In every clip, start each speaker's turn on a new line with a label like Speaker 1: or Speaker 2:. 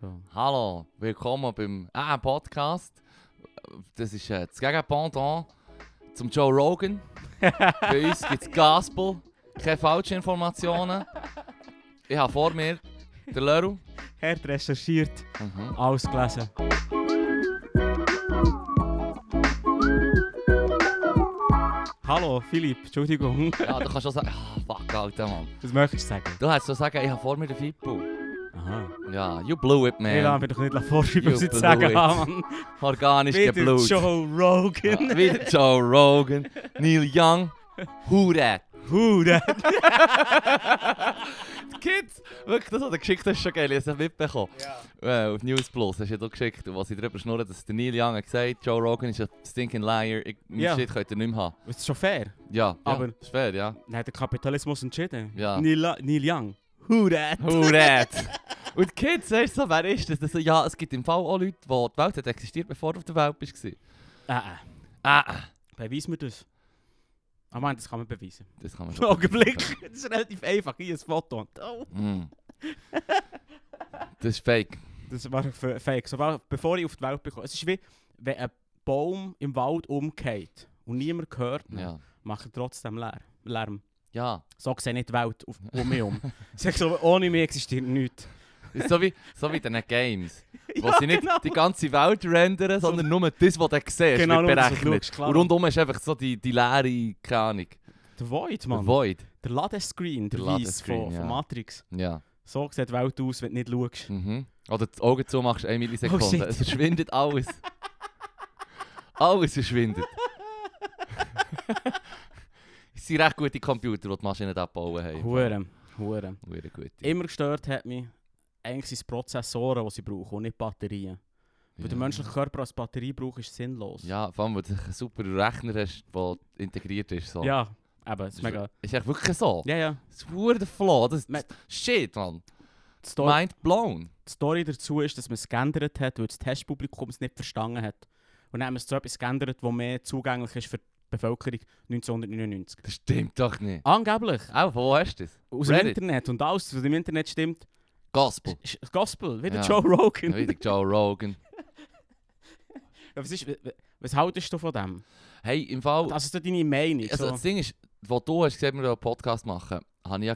Speaker 1: schon.
Speaker 2: Hallo, willkommen beim AA Podcast. Das ist äh, das Gegenpendant zum Joe Rogan. Bei uns gibt es Gospel, keine falschen Informationen. Ich habe vor mir den Leru.
Speaker 1: Hart recherchiert,
Speaker 2: Mhm.
Speaker 1: alles gelesen. Hallo Philipp, Entschuldigung,
Speaker 2: Ja, du kannst schon sagen, ah, fuck, alter Mann.
Speaker 1: was möchtest du sagen?
Speaker 2: Du hättest so sagen, ich habe vor mir den Fippo.
Speaker 1: Aha.
Speaker 2: Ja, you blew it,
Speaker 1: Ich lasse
Speaker 2: man.
Speaker 1: mich doch nicht vorschreiben, was
Speaker 2: You
Speaker 1: ich zu sagen
Speaker 2: blew it.
Speaker 1: habe, Mann.
Speaker 2: Organisch
Speaker 1: Wieder
Speaker 2: geblowt.
Speaker 1: Joe
Speaker 2: Ja,
Speaker 1: Rogan.
Speaker 2: Wie Joe Rogan, Neil Young, who that?
Speaker 1: Hude.
Speaker 2: Kids! Wirklich, das hat er geschickt, das ist schon geil, ich habe es mitbekommen. Äh, auf News Plus hast du ja da geschickt, wo sie drüber schnurren, dass der Neil Young hat gesagt Joe Rogan ist ein stinking liar, ich, mein
Speaker 1: Ja.
Speaker 2: Shit könnt ihr nicht mehr haben.
Speaker 1: Das ist schon fair.
Speaker 2: Ja, ja
Speaker 1: Aber-
Speaker 2: ist fair, ja.
Speaker 1: Dann hat der Kapitalismus entschieden.
Speaker 2: Ja.
Speaker 1: Neil, La- Neil Young. Hude.
Speaker 2: Who that? Und die Kids, weißt du, so, wer ist das? das so, Dus, ja, es gibt im Fall auch Leute, wo die Welt hat existiert, bevor du auf der Welt bist. gewesen.
Speaker 1: Äh, äh.
Speaker 2: Ah, ah,
Speaker 1: Beweisen wir das. dus. Ah, Mann, das kann man beweisen.
Speaker 2: das kann man schon.
Speaker 1: Augenblick. Das ist relativ einfach. Hier ein Foto. Und, oh.
Speaker 2: Mm. Das ist fake.
Speaker 1: Das war f- fake. Sobald, bevor ich auf die Welt bekomme. Es ist wie, wenn ein Baum im Wald umgeht und niemand hört, ihn,
Speaker 2: Ja.
Speaker 1: macht er trotzdem Lärm. Lärm.
Speaker 2: Ja.
Speaker 1: So sehe nicht die Welt auf, um mich um. Sie sagt so, ohne mich existiert nichts.
Speaker 2: Ist so wie, so wie in den Games. Wo
Speaker 1: Ja,
Speaker 2: sie nicht
Speaker 1: genau.
Speaker 2: die ganze Welt rendern, sondern nur das, was du siehst,
Speaker 1: Genau,
Speaker 2: wird
Speaker 1: nur das, was du
Speaker 2: berechnet.
Speaker 1: schaust, klar.
Speaker 2: Und rundum ist einfach so die, die leere, keine Ahnung,
Speaker 1: Der Void,
Speaker 2: der
Speaker 1: Mann.
Speaker 2: Void.
Speaker 1: Der Ladescreen, der,
Speaker 2: Der
Speaker 1: der
Speaker 2: Ladescreen,
Speaker 1: von,
Speaker 2: ja.
Speaker 1: von Matrix.
Speaker 2: Ja.
Speaker 1: So sieht die Welt aus, wenn du nicht schaust.
Speaker 2: Mhm. Oder die Augen zumachst, eine Millisekunde.
Speaker 1: Oh shit.
Speaker 2: es verschwindet alles. alles verschwindet. es sind recht gute Computer, die die Maschinen da abbauen haben.
Speaker 1: Huren. Huren.
Speaker 2: Hure gute.
Speaker 1: Immer gestört hat mich eigentlich sind es Prozessoren, die sie brauchen und nicht Batterien. Weil der
Speaker 2: Ja.
Speaker 1: menschliche Körper als Batterie braucht, ist sinnlos.
Speaker 2: Ja, vor allem, weil du einen super Rechner hast, der integriert ist. So.
Speaker 1: Ja, eben, es
Speaker 2: Das
Speaker 1: ist mega.
Speaker 2: Ist echt wirklich so.
Speaker 1: Ja, ja.
Speaker 2: Das ist hure der Flaw. Das,
Speaker 1: Man-
Speaker 2: shit, man.
Speaker 1: Die Story,
Speaker 2: Mind blown.
Speaker 1: die Story dazu ist, dass man es geändert hat, weil das Testpublikum es nicht verstanden hat. Und dann haben wir es zu etwas geändert, das mehr zugänglich ist für die Bevölkerung 1999.
Speaker 2: Das stimmt doch nicht.
Speaker 1: Angeblich.
Speaker 2: Auch, von wo hast du das?
Speaker 1: Aus dem
Speaker 2: Reddit.
Speaker 1: Internet und alles, was im Internet stimmt,
Speaker 2: Gospel.
Speaker 1: ist ist Gospel, wie der
Speaker 2: Ja.
Speaker 1: Joe Rogan.
Speaker 2: Wieder Joe Rogan.
Speaker 1: Was, ist, was haltest du von dem?
Speaker 2: Hey, im Fall...
Speaker 1: Das ist doch deine Meinung.
Speaker 2: Also,
Speaker 1: So.
Speaker 2: das Ding ist, wo du hast gesagt, wir wollen einen Podcast machen, habe ich ja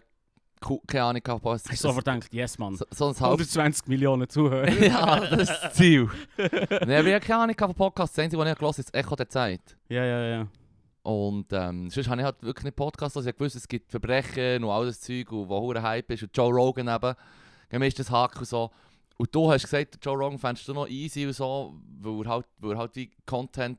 Speaker 2: ku- keine Ahnung gehabt, was...
Speaker 1: Ich sofort denkt, yes, Mann.
Speaker 2: so, so ein halb...
Speaker 1: 120 Millionen Zuhörer.
Speaker 2: ja, das ist das Ziel. Nein, aber ich habe keine Ahnung gehabt von Podcasts. Das Einzige, was ich gehört habe, ist das Echo der Zeit.
Speaker 1: ja, ja, ja.
Speaker 2: Und ähm, sonst habe ich halt wirklich nicht Podcasts. Also ich wusste, es gibt Verbrechen und all das Zeug, und wo hure Hype ist. Und Joe Rogan eben, gemischtes Hack und so. Und du hast gesagt, Joe Rogan fändest du noch easy und so, weil er halt, weil er halt wie Content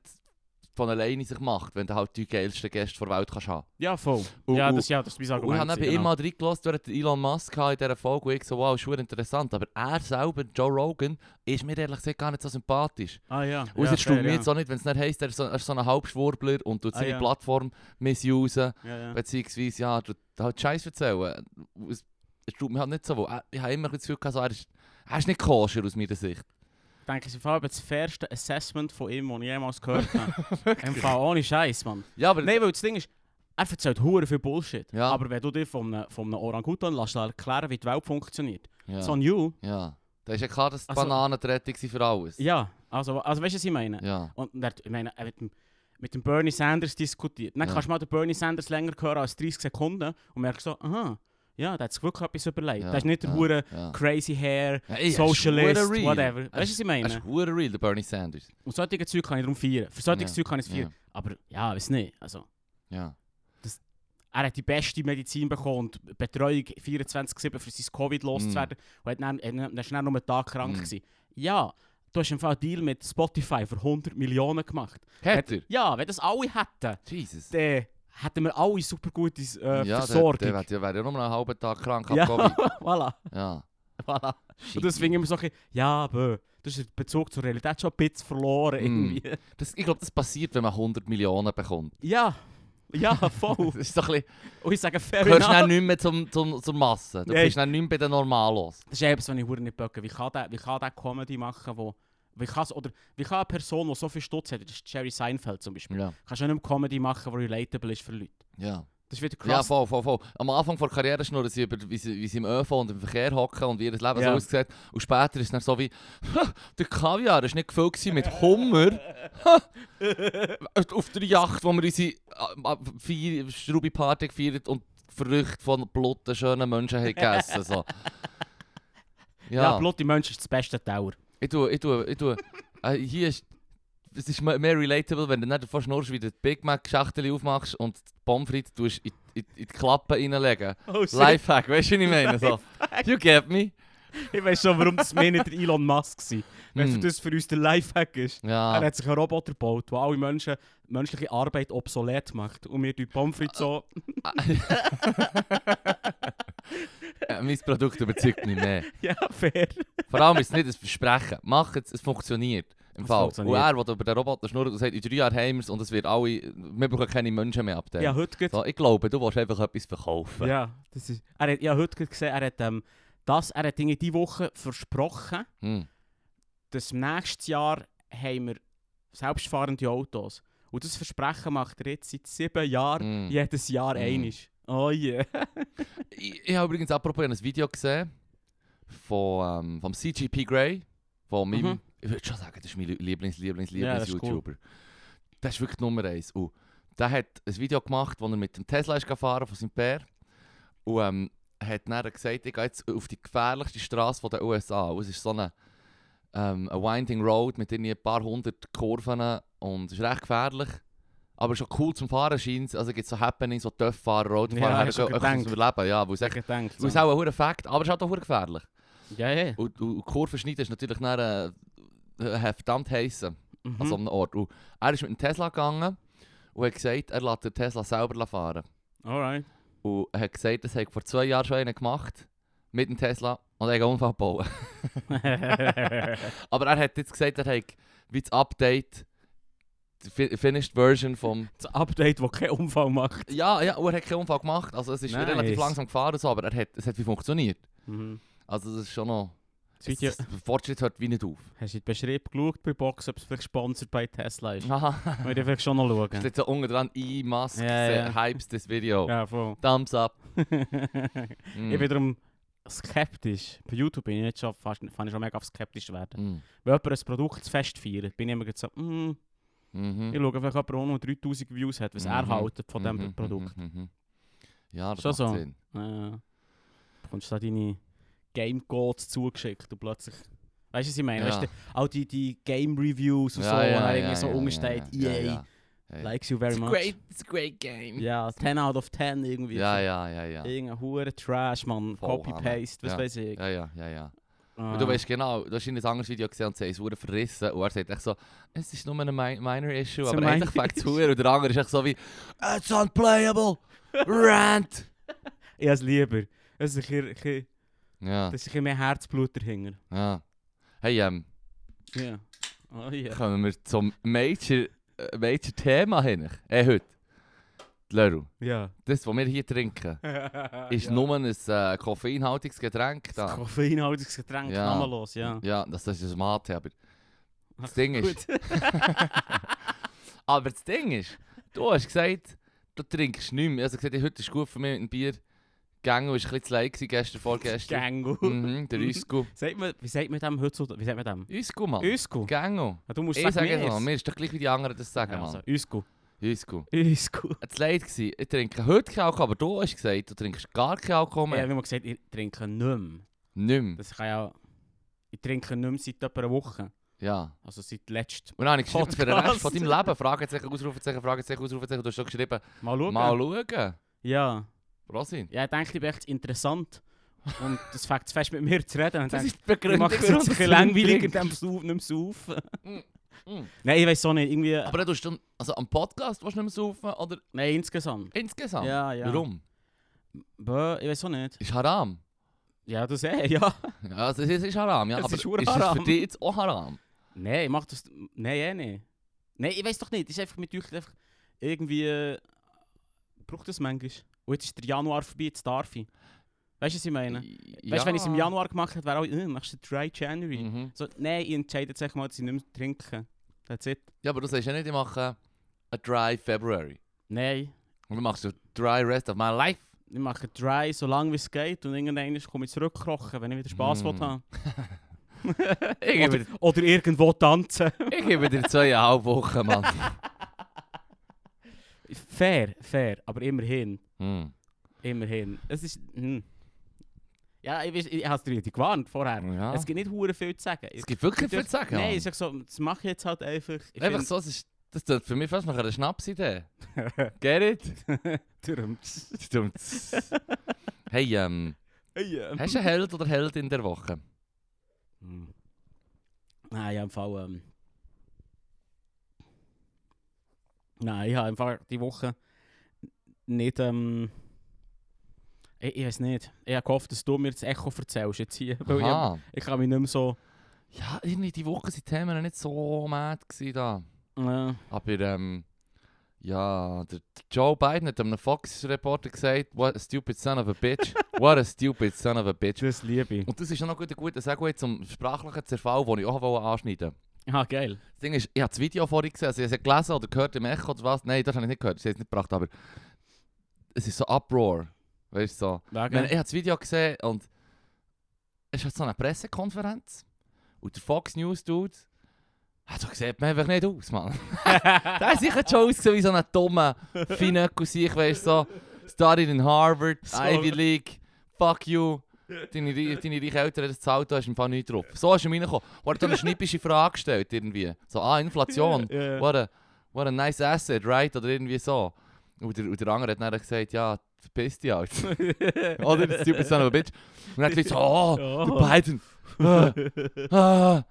Speaker 2: von alleine sich macht, wenn du halt die geilsten Gäste der Welt kannst haben.
Speaker 1: Ja, voll.
Speaker 2: Und-
Speaker 1: ja,
Speaker 2: und-
Speaker 1: das, ja, das ist mein
Speaker 2: Und ich
Speaker 1: Argument. genau.
Speaker 2: habe eben immer reingelassen, während Elon Musk hatte in dieser Folge und ich so, wow, schon interessant. Aber er selber, Joe Rogan, ist mir ehrlich gesagt gar nicht so sympathisch.
Speaker 1: Ah, ja.
Speaker 2: Und
Speaker 1: ja,
Speaker 2: jetzt
Speaker 1: fair,
Speaker 2: stimmt mir jetzt auch nicht, wenn es nicht heisst, er ist so, er ist so ein Halbschwurbler und tut
Speaker 1: Ah,
Speaker 2: seine
Speaker 1: ja.
Speaker 2: Plattform missusen.
Speaker 1: ja. Ja, ja.
Speaker 2: Beziehungsweise, ja, du halt Scheiß erzählen. Es, es tut mir halt nicht so wohl. Äh, Ich habe immer das Gefühl, gehabt, so, er, ist, er ist nicht koscher aus meiner Sicht.
Speaker 1: Ich denke, es ist vor allem das fairste Assessment von ihm, das ich jemals gehört habe. Im Fall ohne Scheiß, Mann.
Speaker 2: Ja, aber
Speaker 1: Nein, weil das Ding ist, er erzählt hure viel Bullshit.
Speaker 2: Ja.
Speaker 1: Aber wenn du dir von einem, von einem Orangutan lässt erklären, wie die Welt funktioniert,
Speaker 2: ja.
Speaker 1: it's on you.
Speaker 2: ja. Da ist ja klar, dass die
Speaker 1: Also-
Speaker 2: Bananen die Rettung sind für alles.
Speaker 1: Ja, also, also weißt du, was ich meine?
Speaker 2: ja.
Speaker 1: Und der, ich meine, er mit, dem- mit dem Bernie Sanders diskutiert. Dann
Speaker 2: Ja.
Speaker 1: kannst du mal den Bernie Sanders länger hören als 30 Sekunden und merkst so, aha, ja, der hat sich wirklich etwas überlegt.
Speaker 2: Ja,
Speaker 1: Das ist nicht der
Speaker 2: ja,
Speaker 1: hure
Speaker 2: ja.
Speaker 1: crazy hair,
Speaker 2: Ja, ey, er ist
Speaker 1: socialist,
Speaker 2: hure real.
Speaker 1: whatever. Weißt du,
Speaker 2: Er
Speaker 1: was
Speaker 2: ist-
Speaker 1: ich
Speaker 2: Er
Speaker 1: meine?
Speaker 2: ist hure real, der Bernie Sanders.
Speaker 1: Und solche Zeug kann ich darum feiern. Für solche
Speaker 2: Ja,
Speaker 1: Zeug kann ich es
Speaker 2: ja.
Speaker 1: feiern. Aber ja, weiß nicht. Also,
Speaker 2: Ja.
Speaker 1: er hat die beste Medizin bekommen und Betreuung 24-7 für sein Covid loszuwerden. Und hat dann, hat dann, dann ist er nur einen Tag krank
Speaker 2: Mm.
Speaker 1: gewesen. Ja, du hast im Fall einen Deal mit Spotify für 100 Millionen gemacht.
Speaker 2: Hat er?
Speaker 1: Ja, wenn das alle hätten,
Speaker 2: Jesus.
Speaker 1: dann hätten wir alle super gute äh,
Speaker 2: ja,
Speaker 1: Versorgung.
Speaker 2: Der, der, der wäre ja nur noch einen halben Tag krank ab
Speaker 1: ja,
Speaker 2: Covid.
Speaker 1: voilà,
Speaker 2: Ja.
Speaker 1: voilà. Und deswegen immer so ein bisschen, ja, bö, das ist der Bezug zur Realität schon ein bisschen verloren
Speaker 2: Mm.
Speaker 1: irgendwie.
Speaker 2: Das, ich glaube, das passiert, wenn man 100 Millionen bekommt.
Speaker 1: Ja, ja, voll.
Speaker 2: Das ist so ein bisschen,
Speaker 1: Und ich sage fair
Speaker 2: du gehörst
Speaker 1: enough.
Speaker 2: dann nicht mehr zum, zum, zur Masse. Du
Speaker 1: Nein.
Speaker 2: bist dann nicht mehr bei den Normalos.
Speaker 1: Das ist eben so, was ich verdammt nicht böcke. Wie kann der, wie kann der Comedy machen, wo... Wie kann's, oder wie kann eine Person, die so viel Stutz hat, das ist Jerry Seinfeld zum Beispiel,
Speaker 2: Ja.
Speaker 1: kann schon eine Comedy machen, die relatable ist für Leute.
Speaker 2: Ja.
Speaker 1: Das ist wieder
Speaker 2: Ja,
Speaker 1: krass.
Speaker 2: voll, voll, voll. Am Anfang der Karriere schnurren sie über, wie sie, wie sie im ÖV und im Verkehr hocken und wie ihr Leben so
Speaker 1: Ja.
Speaker 2: aussieht. Und später ist es dann so wie, der Kaviar war nicht gefüllt gewesen mit Hummer. Ha! Auf der Yacht, wo wir unsere äh, äh, Feier- Strubi-Party gefeiert und Früchte von blotten, schönen Menschen haben gegessen so.
Speaker 1: ja, ja blotte Menschen ist das beste Tower.
Speaker 2: Ich tue, ich tue, ich tue. äh, hier ist. Es ist me- mehr relatable, wenn du nicht davon schnurrst, wie du die Big Mac-Schachtel aufmachst und die Pommes frites tust in, in, in die Klappe reinlegen.
Speaker 1: Oh,
Speaker 2: Lifehack, weißt du, was ich meine? So. You get me?
Speaker 1: Ich weiß schon, warum das mir nicht der Elon Musk war. Wenn
Speaker 2: Hm.
Speaker 1: das für uns der Lifehack ist. Er
Speaker 2: Ja.
Speaker 1: hat sich einen Roboter gebaut, der alle Menschen menschliche Arbeit obsolet macht. Und wir tun Pommes frites so.
Speaker 2: Äh, mein Produkt überzeugt mich mehr.
Speaker 1: Ja, fair.
Speaker 2: Vor allem ist es nicht ein Versprechen. Mach es, es funktioniert. Im
Speaker 1: Es
Speaker 2: Fall.
Speaker 1: funktioniert.
Speaker 2: Und er, der über den Roboter schnurrt und sagt, in drei Jahren haben wir es und es wird alle. Wir brauchen keine Menschen mehr ab dem.
Speaker 1: Ja, heute geht
Speaker 2: So, ich glaube, du willst einfach etwas verkaufen.
Speaker 1: Ja, das ist. Er hat, ja, heute gerade gesehen, er hat ähm, das, er hat Dinge diese Woche eh, versprochen,
Speaker 2: Hm.
Speaker 1: dass nächstes Jahr haben wir selbstfahrende Autos. Und das Versprechen macht er jetzt seit sieben Jahren,
Speaker 2: Hm.
Speaker 1: jedes Jahr
Speaker 2: Mm.
Speaker 1: einisch. Oh yeah.
Speaker 2: Ich, ich habe übrigens apropos ich habe ein Video gesehen von, ähm, vom CGP Grey, von meinem,
Speaker 1: Mhm.
Speaker 2: ich würde schon sagen, das ist mein Lü- Lieblings, Lieblings,
Speaker 1: Ja, das
Speaker 2: Lieblings
Speaker 1: ist cool.
Speaker 2: YouTuber. Das ist wirklich die Nummer eins. Und der hat ein Video gemacht, wo er mit dem Tesla ist gefahren von seinem Pär und ähm, hat dann gesagt, ich gehe jetzt auf die gefährlichste Straße der USA. Und es ist so eine, ähm, eine Winding Road mit irgendwie ein paar hundert Kurven und es ist recht gefährlich. Aber schon cool zum Fahren scheint es. Also gibt es so Happenings, so Töfffahrer,
Speaker 1: Ja,
Speaker 2: Roadfahrer,
Speaker 1: hast du
Speaker 2: ja,
Speaker 1: gedacht.
Speaker 2: überleben. Ja, weil es
Speaker 1: Ich denke,
Speaker 2: das ist auch ein hoher Fakt, aber es ist halt auch verdammt gefährlich.
Speaker 1: Ja, ja.
Speaker 2: Und, und, und Kurven schneiden ist natürlich dann, äh, äh, verdammt heiß an
Speaker 1: Mhm.
Speaker 2: so einem Ort. Und er ist mit dem dus Tesla gegangen und hat gesagt, er lässt den Tesla selber fahren.
Speaker 1: Alright.
Speaker 2: Und er hat gesagt, das hat vor zwei Jahren schon einer gemacht, mit dem Tesla, und er hat einen Unfall gebaut. aber er hat jetzt gesagt, er hat wie das Update, die fi- finished version vom...
Speaker 1: das Update, das keinen Unfall macht.
Speaker 2: Ja, ja, und er hat keinen Unfall gemacht, also es ist
Speaker 1: Nice.
Speaker 2: relativ langsam gefahren, und so, aber er hat, es hat wie funktioniert.
Speaker 1: Mhm.
Speaker 2: Also das ist schon noch...
Speaker 1: Das Video,
Speaker 2: Der Fortschritt hört wie nicht auf.
Speaker 1: hast du den Beschrieb geschaut bei Box, ob es vielleicht gesponsert bei Tesla ist?
Speaker 2: Aha.
Speaker 1: Würde ich vielleicht schon noch schauen.
Speaker 2: Steht so unten dran, E-Mask
Speaker 1: Ja,
Speaker 2: yeah,
Speaker 1: ja.
Speaker 2: eh, hypes das Video.
Speaker 1: Ja, voll.
Speaker 2: Thumbs up. Mm.
Speaker 1: Ich bin darum skeptisch. Bei YouTube bin ich jetzt schon fast fand ich schon mega auf skeptisch werden.
Speaker 2: Mm.
Speaker 1: Wenn jemand ein Produkt zu fest feiert, bin ich immer grad so, mm,
Speaker 2: Mhm.
Speaker 1: ich schaue vielleicht jemand an, der 3000 Views hat, was er
Speaker 2: Mhm.
Speaker 1: haltet von diesem
Speaker 2: Mhm,
Speaker 1: Produkt.
Speaker 2: mhm, mhm. Ja, das
Speaker 1: Schon
Speaker 2: macht
Speaker 1: so.
Speaker 2: Sinn.
Speaker 1: Äh, bekommst du da deine Game Codes zugeschickt und plötzlich. Weißt du, was ich meine?
Speaker 2: Ja.
Speaker 1: Weißt du, auch die, die Game Reviews und so, wo dann irgendwie so umsteht,
Speaker 2: ja,
Speaker 1: yay,
Speaker 2: ja. Hey.
Speaker 1: likes you very
Speaker 2: It's a
Speaker 1: much.
Speaker 2: great, it's a great game.
Speaker 1: Ja, 10 out of 10 irgendwie.
Speaker 2: ja, ja, ja, ja.
Speaker 1: Irgendein hoher Trash, man.
Speaker 2: Voll,
Speaker 1: Copy-Paste, was
Speaker 2: Ja.
Speaker 1: weiß ich.
Speaker 2: Ja, ja, ja, ja.
Speaker 1: Ah.
Speaker 2: Und du weißt genau, du hast in ein anderes Video gesehen und sie haben es verdammt verrissen und er sagt echt so, es ist nur ein mi- minor issue,
Speaker 1: Es ist
Speaker 2: aber
Speaker 1: ein
Speaker 2: eigentlich
Speaker 1: minor
Speaker 2: fängt es und der andere ist echt so wie, it's unplayable, rant.
Speaker 1: Ich habe es lieber. Es ist ein bisschen,
Speaker 2: Ja,
Speaker 1: das ist ein bisschen mehr Herzblut dahinter.
Speaker 2: ja. Hey, ähm,
Speaker 1: Ja. Oh ja.
Speaker 2: kommen wir zum Major, äh, Major Thema hin. Eh, heute. Leru,
Speaker 1: Ja.
Speaker 2: das, was wir hier trinken, ist
Speaker 1: Ah, ja.
Speaker 2: nur ein äh, koffeinhaltiges Getränk
Speaker 1: Das
Speaker 2: da.
Speaker 1: koffeinhaltiges Getränk,
Speaker 2: Ja. Mm.
Speaker 1: namenlos, ja.
Speaker 2: Ja, das, das ist ein Mate, aber das
Speaker 1: Ach,
Speaker 2: Ding ist.
Speaker 1: Gut.
Speaker 2: aber das Ding ist, du hast gesagt, du trinkst nichts mehr. Also gesagt, hey, heute ist gut für mich mit dem Bier. Gänge war ein bisschen zu leid gewesen, gestern, vorgestern.
Speaker 1: Gangu.
Speaker 2: Mhm, der Isco.
Speaker 1: Sagt man, wie sagt man dem heutzutage? Wie sagt man dem?
Speaker 2: Isco, Mann.
Speaker 1: Üsku.
Speaker 2: Gängo.
Speaker 1: Ja, du musst
Speaker 2: Ich sage es
Speaker 1: mir
Speaker 2: mal,
Speaker 1: es.
Speaker 2: mir ist doch gleich wie die anderen das sagen,
Speaker 1: Also,
Speaker 2: Mann.
Speaker 1: Üsku.
Speaker 2: Isco.
Speaker 1: Üsku.
Speaker 2: Es war leid, gewesen. ich trinke heute keinen Alkohol, aber du hast gesagt, du trinkst gar keinen Alkohol
Speaker 1: Ich
Speaker 2: mehr.
Speaker 1: habe immer gesagt, ich trinke nicht mehr.
Speaker 2: Nicht mehr.
Speaker 1: Das kann ja... Ich trinke nicht mehr seit etwa einer Woche.
Speaker 2: Ja. nou,
Speaker 1: Also seit letztem.
Speaker 2: Und dann habe ich geschrieben, für den Rest
Speaker 1: Podcast.
Speaker 2: von deinem Leben, Fragezeichen, Ausrufezeichen, Fragezeichen, Ausrufezeichen, du hast schon geschrieben,
Speaker 1: Mal schauen.
Speaker 2: mal schauen.
Speaker 1: Ja.
Speaker 2: Rosin.
Speaker 1: Ja, ich denke, ich bin echt interessant. Und es fängt zu fest mit mir zu reden. Und
Speaker 2: Das
Speaker 1: dann-
Speaker 2: ist die Begründung,
Speaker 1: mache es jetzt ein bisschen langweiliger,
Speaker 2: trinkst.
Speaker 1: dem Sauf, nicht mehr saufen.
Speaker 2: Mm.
Speaker 1: Nein, ich weiß auch nicht, irgendwie...
Speaker 2: Aber dann tust du dann, also am Podcast willst du nicht mehr saufen oder
Speaker 1: nein, insgesamt.
Speaker 2: insgesamt?
Speaker 1: Ja, ja.
Speaker 2: Warum?
Speaker 1: Bö, ich weiß auch nicht.
Speaker 2: Ist haram.
Speaker 1: Ja, das eh, ja.
Speaker 2: Ja, also es ist, ist haram, ja,
Speaker 1: Es
Speaker 2: aber
Speaker 1: ist
Speaker 2: ist,
Speaker 1: ur
Speaker 2: es für
Speaker 1: haram.
Speaker 2: dich jetzt auch haram?
Speaker 1: Nein, ich mach das... Nein, eh nicht. Nein, ich weiß doch nicht. Es ist einfach mit euch einfach... Irgendwie... Äh, braucht das manchmal. Und jetzt ist der Januar vorbei, jetzt darf ich. Weißt du, was ich meine? Weißt du, wenn ich es im Januar gemacht hätte, wäre auch... Äh, machst du Dry January?
Speaker 2: Mhm.
Speaker 1: So, nein, ich entscheide jetzt einfach mal, dass ich nicht mehr trinke. That's it.
Speaker 2: Ja, aber du sagst ja nicht, ich mache einen Dry eh, February.
Speaker 1: Nein.
Speaker 2: Und dann machst du Dry Rest of My Life.
Speaker 1: Ich mache dry, so lange wie es geht und irgendwann komme ich zurückkrochen, wenn ich wieder Spass
Speaker 2: Mm.
Speaker 1: will haben
Speaker 2: Ich
Speaker 1: oder,
Speaker 2: gebe,
Speaker 1: oder irgendwo tanzen.
Speaker 2: ich gebe dir zweieinhalb Wochen, Mann.
Speaker 1: fair, fair, aber immerhin.
Speaker 2: Hm.
Speaker 1: Immerhin. Es ist... Hm. Ja, ich, weiss- ich habe es dir nicht gewarnt vorher.
Speaker 2: Ja.
Speaker 1: Es gibt nicht hure viel zu sagen.
Speaker 2: Ah. Es gibt wirklich viel zu sagen.
Speaker 1: Nein,
Speaker 2: Mann.
Speaker 1: ist ja so, das mache ich jetzt halt einfach. Ich
Speaker 2: Einfach
Speaker 1: find-
Speaker 2: so, das, ist, das tut für mich fast nach einer Schnapsidee. Get it?
Speaker 1: Darum-
Speaker 2: Stimmt's. hey, ähm,
Speaker 1: Hey, ähm.
Speaker 2: hast du einen Held oder Heldin der Woche?
Speaker 1: Hm. Nein, ich habe im Fall. Ähm, nein, ich habe im Fall die Woche nicht. Ähm, ich, ich weiß nicht. Ich habe gehofft, dass du mir das Echo erzählst jetzt hier. Weil ich, hab-
Speaker 2: Aha.
Speaker 1: ich kann mich nicht mehr so.
Speaker 2: Ja, irgendwie die Woche sind die Themen noch nicht so mad gewesen da.
Speaker 1: Äh,
Speaker 2: Aber ähm, ja, der, der Joe Biden hat einem Fox-Reporter gesagt, what a stupid son of a bitch. what a stupid son of a bitch.
Speaker 1: das liebe ich.
Speaker 2: Und das ist ja noch gut- ein guter Segway zum sprachlichen Zerfall, den ich auch wollte anschneiden wollte.
Speaker 1: Ah, geil.
Speaker 2: Das Ding ist, ich habe das Video vorhin gesehen, also ich habe es gelesen oder gehört im Echo oder was. Nein, das habe ich nicht gehört, das habe ich jetzt nicht gebracht, aber es ist so Uproar. Weißt du, so. Ich, meine,
Speaker 1: Wegen.
Speaker 2: ich habe das Video gesehen und es war so eine Pressekonferenz und der Fox News "Ah, Dude hat doch gesagt, man einfach nicht aus, Mann. der ist sicher schon ausgesehen wie so ein dummer Finöckel, ich weißt so, studied in Harvard,
Speaker 1: So.
Speaker 2: Ivy League, fuck you. Deine, rei- deine reichen Eltern haben das gezahlt, da hast du im Fall nichts drauf. So ist er reingekommen. Und er hat so eine schnippische Frage gestellt, irgendwie. So, ah, Inflation.
Speaker 1: Ja.
Speaker 2: What a, what a nice asset, right? Oder irgendwie so. Und der, und der andere hat dann gesagt, ja, verpiss dich halt. Oder der stupid son of a bitch. Und dann hat die Leute so, oh,
Speaker 1: Oh.
Speaker 2: der Biden. Ah, ah.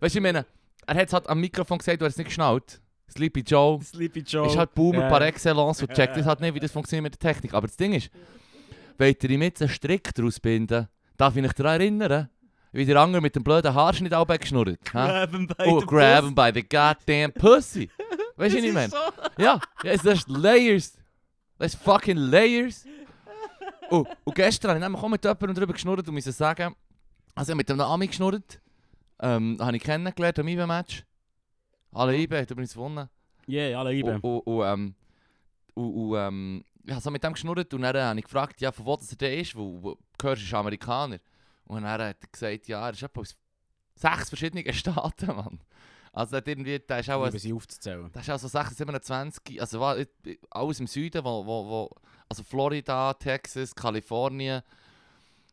Speaker 2: Weißt du, ich meine, er hat es halt am Mikrofon gesagt, du hast es nicht geschnallt. Sleepy Joe
Speaker 1: Sleepy Joe.
Speaker 2: ist halt Boomer
Speaker 1: Ja.
Speaker 2: par excellence und checkt das halt nicht, wie das funktioniert mit der Technik. Aber das Ding ist, wollt ihr ihm jetzt einen Strick daraus binden, darf ich mich daran erinnern, wie der andere mit dem blöden Haarschnitt auch weggeschnurrt. hä?
Speaker 1: Graben by
Speaker 2: Oh,
Speaker 1: the
Speaker 2: grab
Speaker 1: pussy.
Speaker 2: him by the goddamn pussy. Weißt du,
Speaker 1: Das
Speaker 2: was ich
Speaker 1: ist
Speaker 2: meine?
Speaker 1: so-
Speaker 2: Ja, es ist Layers. Das ist fucking Layers. Und, und gestern habe ich nämlich auch mit jemandem darüber geschnurrt und musste sagen, also ich habe mit einem Ami geschnurrt, ähm, habe ich kennengelernt am IBE-Match. Alle IBE hat übrigens gewonnen.
Speaker 1: Yeah, alle Ibe.
Speaker 2: Und, und, und, ähm, und, und, ähm, ich habe so mit dem geschnurrt und dann äh, habe ich gefragt, ja, von wo das er denn ist, weil weil du hörst, er ist Amerikaner. Und dann hat er gesagt, ja, er ist etwa aus sechs verschiedenen Staaten, Mann. Also der hat irgendwie, der ist auch
Speaker 1: Ich
Speaker 2: aus
Speaker 1: liebe sie aufzuzählen.
Speaker 2: das ist also 26, 27, also wa- alles im Süden, wo, wo, wo, also Florida, Texas, Kalifornien,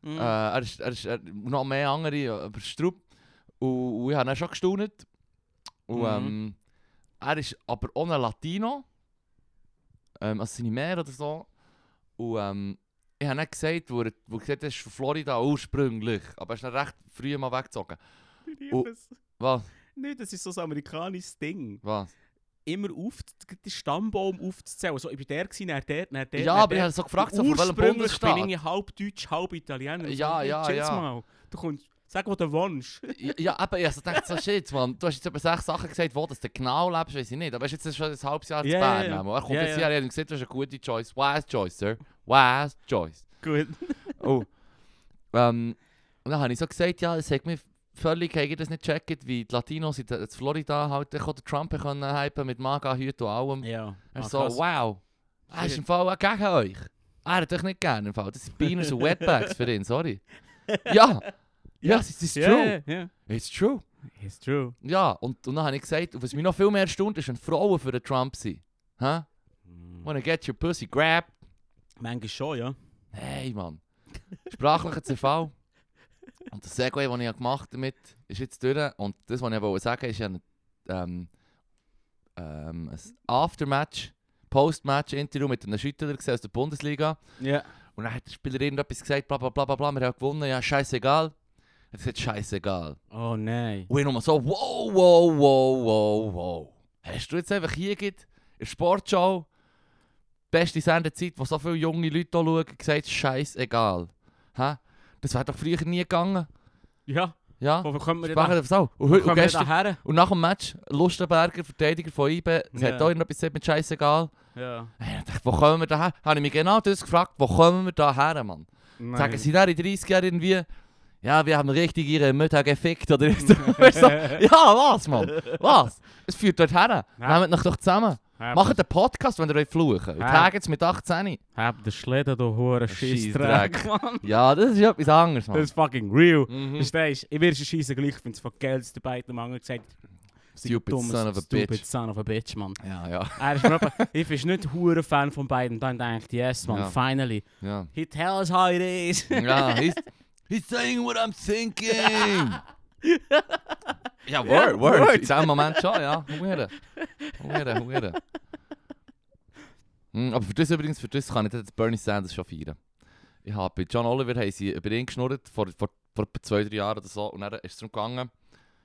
Speaker 1: Mhm.
Speaker 2: äh, er ist, er ist er, noch mehr andere, aber Strupp. Und, und ich habe dann schon gestaunt. Und
Speaker 1: Mhm.
Speaker 2: ähm, er ist aber ohne Latino, ähm, also seine Mehr oder so. Und ähm, ich habe nicht gesagt, wo er, wo er gesagt hat, er ist von Florida ursprünglich, aber er ist dann recht früh mal weggezogen. oh. Was?
Speaker 1: Nein, das ist so ein amerikanisches Ding.
Speaker 2: Was?
Speaker 1: immer auf den Stammbaum aufzuzählen. So, ich bin der, gewesen, dann der, dann der.
Speaker 2: Ja,
Speaker 1: dann
Speaker 2: aber ich
Speaker 1: der.
Speaker 2: habe so gefragt, so,
Speaker 1: Und
Speaker 2: von welchem
Speaker 1: ursprünglich
Speaker 2: Bundesstaat?
Speaker 1: bin ich halb Deutsch, halb Italiener. Und
Speaker 2: Ja,
Speaker 1: so, hey,
Speaker 2: ja,
Speaker 1: chill's
Speaker 2: ja.
Speaker 1: Mal. Du kommst, sag, was du willst.
Speaker 2: Ja, ja, aber ich also dachte so, shit, Mann, du hast jetzt etwa sechs Sachen gesagt, wo das du genau lebst, weiß ich nicht. Aber er ist jetzt schon ein halbes Jahr
Speaker 1: Ja,
Speaker 2: zu
Speaker 1: ja,
Speaker 2: Bern.
Speaker 1: ja.
Speaker 2: Mann. Er kommt
Speaker 1: Ja,
Speaker 2: jetzt
Speaker 1: ja.
Speaker 2: hierher und sieht, du hast eine gute Choice. Wise Choice, Sir. Wise Choice.
Speaker 1: Gut.
Speaker 2: Oh. ähm, und dann habe ich so gesagt, ja, es hat mich völlig gegen das nicht gecheckt, wie die Latinos in der- in Florida halt, ich konnte Trump können hypen mit Maga-Hüten und allem.
Speaker 1: Ja.
Speaker 2: Er
Speaker 1: Ah,
Speaker 2: so,
Speaker 1: krass.
Speaker 2: wow, er ist
Speaker 1: Shit.
Speaker 2: im Fall auch gegen euch. Er hat euch nicht gerne im Fall. Das sind Beaners und Wetbags für ihn, sorry. Ja, ja, es ist
Speaker 1: Ja,
Speaker 2: true.
Speaker 1: ja, ja.
Speaker 2: It's true.
Speaker 1: It's true.
Speaker 2: Ja, und, und dann habe ich gesagt, was mich noch viel mehr erstaunt, ist, wenn Frauen für den Trump sind. Hä? Wanna get your pussy grabbed?
Speaker 1: Manchmal schon, ja.
Speaker 2: Hey, Mann. Sprachlicher Zerfall. Und das Segway, den ich habe gemacht damit ist jetzt durch. Und das, was ich wollte sagen, ist ja ein, ähm, ähm, ein Aftermatch, Postmatch-Interview mit einem Schüttler gesehen aus der Bundesliga.
Speaker 1: Ja.
Speaker 2: Und dann hat der Spieler irgendetwas gesagt, bla bla bla bla, bla wir haben gewonnen, ja, scheißegal. Er hat gesagt, scheißegal.
Speaker 1: Oh nein.
Speaker 2: Und ich nur so, wow, wow, wow, wow, wow. Hast du jetzt einfach hier gibt, in der Sportschau, beste Sendezeit, wo so viele junge Leute hier schauen, gesagt, scheißegal. Hä? Das wäre doch früher nie gegangen.
Speaker 1: Ja,
Speaker 2: Ja?
Speaker 1: wo kommen wir
Speaker 2: Sprache
Speaker 1: da?
Speaker 2: der Sau.
Speaker 1: Wo
Speaker 2: Und, heute- und,
Speaker 1: kommen wir
Speaker 2: gestern,
Speaker 1: da her?
Speaker 2: und nach dem Match, Lustenberger, Verteidiger von IBE, es
Speaker 1: Ja.
Speaker 2: hat auch irgendetwas gesagt mit scheißegal.
Speaker 1: Ja.
Speaker 2: Hey, ich dachte, wo kommen wir da her? Habe ich mich genau das gefragt, wo kommen wir da her, Mann? Sagen sie da in 30 Jahren irgendwie, ja, wir haben richtig ihre Mütter gefickt oder so. Weißt du, so, ja, was, Mann? Was? Es führt dort her.
Speaker 1: Ja.
Speaker 2: Nehmt euch doch zusammen.
Speaker 1: Habt-
Speaker 2: Macht einen Podcast, wenn ihr euch fluchen. Und
Speaker 1: Ja.
Speaker 2: tagt es mit 18.
Speaker 1: Habt den Schlitten, du hoher Scheissdreck,
Speaker 2: Scheissdreck.
Speaker 1: Mann.
Speaker 2: Ja, das ist etwas anderes,
Speaker 1: Das
Speaker 2: Mann.
Speaker 1: ist fucking real. Dus
Speaker 2: Mhm.
Speaker 1: Verstehst du? Ich werde scheiße gleich, wenn es von Geld dabei dem anderen gesagt sei
Speaker 2: Stupid
Speaker 1: dummes,
Speaker 2: son of a
Speaker 1: stupid
Speaker 2: bitch.
Speaker 1: son of a bitch, Mann.
Speaker 2: Ja, ja.
Speaker 1: Er ist mir aber, ich bin nicht hure Fan von beiden. Dann denke ich, yes, Mann,
Speaker 2: Ja.
Speaker 1: finally.
Speaker 2: Ja,
Speaker 1: He tells how it is.
Speaker 2: ja he's, he's saying what I'm thinking. ja,
Speaker 1: Ja,
Speaker 2: word, word.
Speaker 1: word.
Speaker 2: In diesem Moment schon, ja. Hure. Hure, hure. Hm, Aber für das übrigens, für das kann ich jetzt Bernie Sanders schon feiern. Ich habe bei John Oliver haben sie über ihn geschnurrt, vor, vor, vor etwa zwei, drei Jahren oder so. Und dann ist es darum gegangen,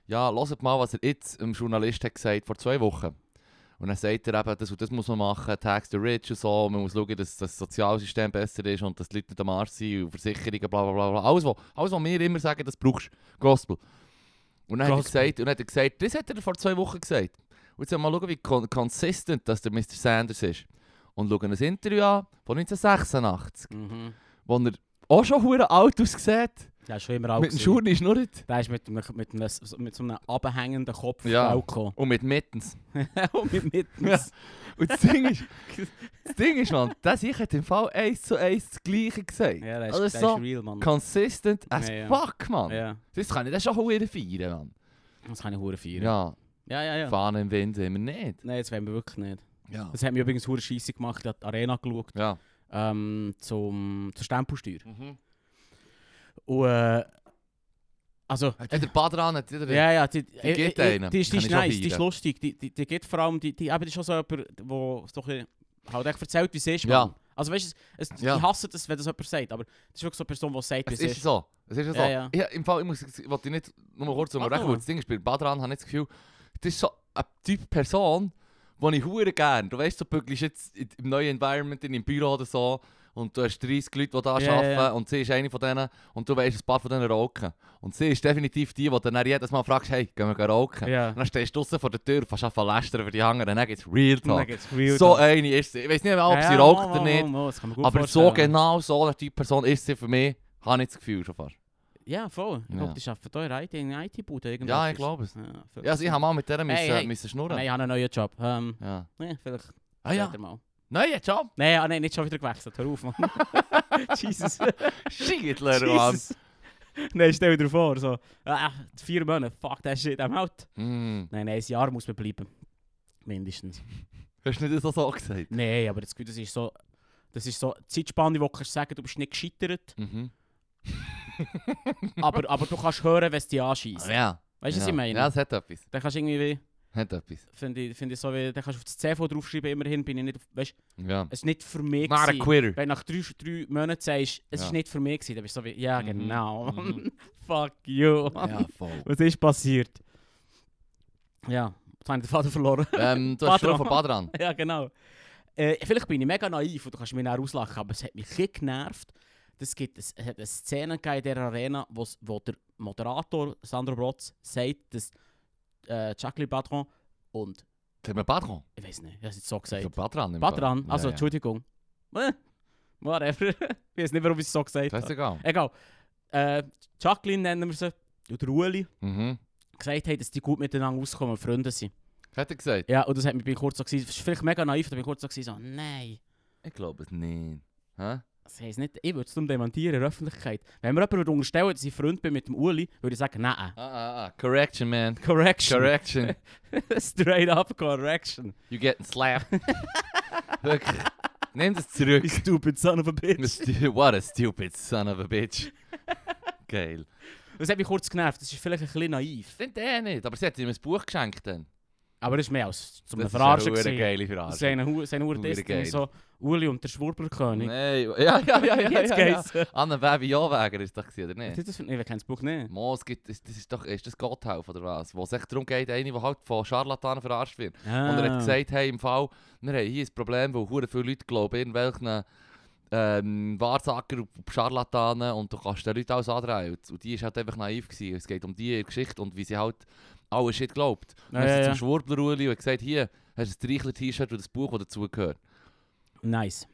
Speaker 2: ja, hört mal, was er jetzt dem Journalist hat gesagt vor zwei Wochen. Und dann sagt er eben, das und das muss man machen, Tax the Rich und so, man muss schauen, dass das Sozialsystem besser ist und dass die Leute nicht am Arsch sind und Versicherungen, bla bla bla. bla. Alles, was, alles, was wir immer sagen, das brauchst du. Gospel. Und dann,
Speaker 1: Gospel.
Speaker 2: Hat er gesagt, und dann hat er gesagt, das hat er vor zwei Wochen gesagt. Und jetzt mal schauen, wie kon consistent das der Mr. Sanders ist. Und schauen ein Interview an von 1986,
Speaker 1: mhm.
Speaker 2: wo er auch schon hure alt aussieht,
Speaker 1: Der ist schon immer alt.
Speaker 2: mit dem
Speaker 1: gewesen.
Speaker 2: Schurni ist nur
Speaker 1: Der ist mit, einem- mit, einem- mit so einem abhängenden Kopf
Speaker 2: Ja.
Speaker 1: gekommen.
Speaker 2: und mit Mittens.
Speaker 1: Und mit mitten.
Speaker 2: Ja. Und das Ding ist, das Ding ist, man, das ich hat im Fall 1 zu 1 das Gleiche gesagt.
Speaker 1: Ja, der ist,
Speaker 2: Also
Speaker 1: der
Speaker 2: so
Speaker 1: ist real, Mann.
Speaker 2: Consistent as
Speaker 1: Ja, ja.
Speaker 2: fuck, man.
Speaker 1: Ja,
Speaker 2: Das kann ich das schon verdammt feiern, man.
Speaker 1: das kann ich hure feiern.
Speaker 2: Ja,
Speaker 1: ja, ja. ja.
Speaker 2: Fahnen im Wind haben wir nicht.
Speaker 1: Nein, das wollen wir wirklich nicht.
Speaker 2: Ja.
Speaker 1: Das hat mir übrigens hure scheisse gemacht. Ich habe die Arena geschaut.
Speaker 2: Ja.
Speaker 1: ähm, zum, zur Stempelsteuer.
Speaker 2: Mhm.
Speaker 1: Und äh, also,
Speaker 2: Hat der Badran, hat jeder...
Speaker 1: ja, ja, die, die,
Speaker 2: geht einen.
Speaker 1: die, ist, die
Speaker 2: Kann
Speaker 1: ist
Speaker 2: ich schon
Speaker 1: nice, die ist
Speaker 2: feiern.
Speaker 1: lustig, die, die, die geht vor allem, die, die, eben, die ist schon so jemand, wo es doch ein- halt echt erzählt, wie es ist,
Speaker 2: Ja.
Speaker 1: Mann. Also weißt du, es, es,
Speaker 2: Ja.
Speaker 1: ich hasse das, wenn das jemand sagt, aber das ist wirklich so eine Person, die sagt, wie
Speaker 2: Es
Speaker 1: es
Speaker 2: ist
Speaker 1: ist.
Speaker 2: so. Es ist so.
Speaker 1: Ja, Ah. ja.
Speaker 2: Ich, Im Fall, ich muss, ich wollte nicht nur kurz
Speaker 1: Mach
Speaker 2: unterbrechen,
Speaker 1: mal.
Speaker 2: weil das Ding ist, bei Badran habe ich das Gefühl, das ist so ein Typ Person, die ich hure gern. Du weißt, du bügelst jetzt in- im neuen Environment, in im Büro oder so, und du hast 30 Leute, die da
Speaker 1: Ja, ja,
Speaker 2: arbeiten,
Speaker 1: ja.
Speaker 2: und sie ist eine von denen, und du weißt, ein paar von denen rauchen. Und sie ist definitiv die, die dann jedes Mal fragst, hey, gehen wir gehen rauchen?
Speaker 1: Ja.
Speaker 2: Und dann stehst du draussen vor der Tür, fast einfach lästern über die anderen, und dann geht's Real
Speaker 1: Und dann
Speaker 2: Talk.
Speaker 1: geht's real
Speaker 2: So
Speaker 1: down.
Speaker 2: eine ist sie. Ich weiß nicht mehr, ob
Speaker 1: Ja,
Speaker 2: sie
Speaker 1: ja,
Speaker 2: raucht
Speaker 1: mal,
Speaker 2: oder
Speaker 1: mal,
Speaker 2: nicht.
Speaker 1: mal, das kann man gut
Speaker 2: Aber so
Speaker 1: vorstellen.
Speaker 2: genau so eine Typ Person ist sie für mich, habe ich das Gefühl schon fast.
Speaker 1: Ja, voll. Ich
Speaker 2: Ja.
Speaker 1: glaube, die arbeiten hier in IT in einer IT-Bude.
Speaker 2: Ja, ich glaube es.
Speaker 1: Ja, vielleicht.
Speaker 2: Ja, also ich habe mal mit der müssen,
Speaker 1: hey.
Speaker 2: müssen schnurren.
Speaker 1: Nein, ich habe einen neuen Job. Ähm,
Speaker 2: eh, Ja.
Speaker 1: ja, vielleicht
Speaker 2: Ah ja,
Speaker 1: später mal.
Speaker 2: neuer Job.
Speaker 1: Nein, ah, nein, nicht schon wieder gewechselt. Hör auf, Mann. Jesus.
Speaker 2: Schiedler, Mann.
Speaker 1: Jesus. Nein, stell dir vor, so, ah, vier Monate, fuck that shit, I'm out.
Speaker 2: Hm.
Speaker 1: Nein, nein, ein Jahr muss man bleiben. Mindestens.
Speaker 2: Hast du nicht das so gesagt?
Speaker 1: Nein, aber das, das ist so, das ist so die Zeitspanne, wo du kannst sagen, du bist nicht gescheitert,
Speaker 2: Mhm.
Speaker 1: aber, aber du kannst hören, wenn es dich anschießt.
Speaker 2: Ah, ja.
Speaker 1: Weißt du,
Speaker 2: ja.
Speaker 1: was ich meine?
Speaker 2: Ja, es hat etwas.
Speaker 1: Dann kannst du irgendwie,
Speaker 2: Hat etwas.
Speaker 1: finde ich, find ich so, wie, dann kannst du auf das CV draufschreiben, immerhin bin ich nicht, auf- weißt du,
Speaker 2: Ja.
Speaker 1: es ist nicht für mich
Speaker 2: Not a
Speaker 1: gewesen.
Speaker 2: quitter.
Speaker 1: Wenn du nach drei, drei Monaten sagst, es
Speaker 2: Ja.
Speaker 1: ist nicht für mich gewesen, dann bist du so wie, ja
Speaker 2: Mhm.
Speaker 1: genau,
Speaker 2: Mhm.
Speaker 1: fuck you.
Speaker 2: Ja, voll.
Speaker 1: Was ist passiert? Ja, jetzt habe ich den Vater verloren.
Speaker 2: ähm, du hast schon
Speaker 1: Badran.
Speaker 2: von Badran.
Speaker 1: ja, genau. Äh, vielleicht bin ich mega naiv und du kannst mich dann auslachen, aber es hat mich ein genervt. Das gibt, es es hat eine Szene gegeben in dieser Arena, wo, es- wo der Moderator Sandro Brotz sagt, dass äh, Jacqueline Patron und,
Speaker 2: Sag mir Badran.
Speaker 1: ich weiß nicht, ich habe es jetzt so
Speaker 2: Für
Speaker 1: gesagt.
Speaker 2: Badran. im
Speaker 1: Patron,
Speaker 2: Fall.
Speaker 1: also
Speaker 2: Ja, ja.
Speaker 1: Entschuldigung. Äh, whatever. ich weiß nicht, warum ich es so gesagt
Speaker 2: Das ist
Speaker 1: habe.
Speaker 2: egal.
Speaker 1: Egal. Äh, Jacqueline nennen wir sie, und der Ueli,
Speaker 2: Mhm.
Speaker 1: gesagt haben, dass die gut miteinander auskommen und Freunde sind.
Speaker 2: Hat er gesagt?
Speaker 1: Ja, und das hat mich bei kurz so gewesen. Das ist vielleicht mega naiv, da bin ich kurz so gewesen, so, nein.
Speaker 2: Ich glaube es nicht. Hä?
Speaker 1: Das heisst nicht, ich würde es darum dementieren in der Öffentlichkeit. Wenn mir jemand würde unterstellen dass ich Freund bin mit dem Uli, würde ich sagen, nein.
Speaker 2: Ah, ah, ah. Correction, man.
Speaker 1: Correction.
Speaker 2: Correction.
Speaker 1: Straight up correction.
Speaker 2: You getting slapped. Wirklich. Nimm das zurück.
Speaker 1: You stupid son of a
Speaker 2: A
Speaker 1: bitch.
Speaker 2: stu- What a stupid son of a bitch. Geil.
Speaker 1: Das hat mich kurz genervt, das ist vielleicht ein bisschen naiv.
Speaker 2: Stimmt eh nicht, aber sie hat ihm ein Buch geschenkt dann.
Speaker 1: Aber das ist mehr als zum
Speaker 2: Das ist
Speaker 1: Verarschen
Speaker 2: eine
Speaker 1: gewesen.
Speaker 2: verdammt geile Verarschung.
Speaker 1: Seine Uhr
Speaker 2: Hure
Speaker 1: ist irgendwie
Speaker 2: geil.
Speaker 1: so, Uli und der Schwurblerkönig.
Speaker 2: Nein, ja, ja, ja, ja,
Speaker 1: Jetzt
Speaker 2: ja, ja.
Speaker 1: geht's. Ja.
Speaker 2: Anna Baby Jahrwäger ist doch gewesen, oder
Speaker 1: Das
Speaker 2: nicht?
Speaker 1: ist das für, ich kenne das Buch nicht.
Speaker 2: Mo, es gibt, das, das ist doch, ist das Gotthelf oder was? Wo es echt darum geht, eine, die halt von Scharlatanen verarscht wird. Und
Speaker 1: Ah.
Speaker 2: er hat gesagt, hey, im Fall, wir haben hier ein Problem, weil hure viele Leute glauben irgendwelchen ähm, Wahrsager und Scharlatanen und du kannst den Leuten alles andrehen. Und- Und die ist halt einfach naiv gewesen. Es geht um die ihre Geschichte und wie sie halt alles Shit glaubt. Und
Speaker 1: Ja,
Speaker 2: dann ist
Speaker 1: ja,
Speaker 2: sie
Speaker 1: ja.
Speaker 2: zum Schwurbler-Uli und hat gesagt, hier, hast du ein Dreichler-T-Shirt und das Buch, das dazugehört.
Speaker 1: Ah, Nice.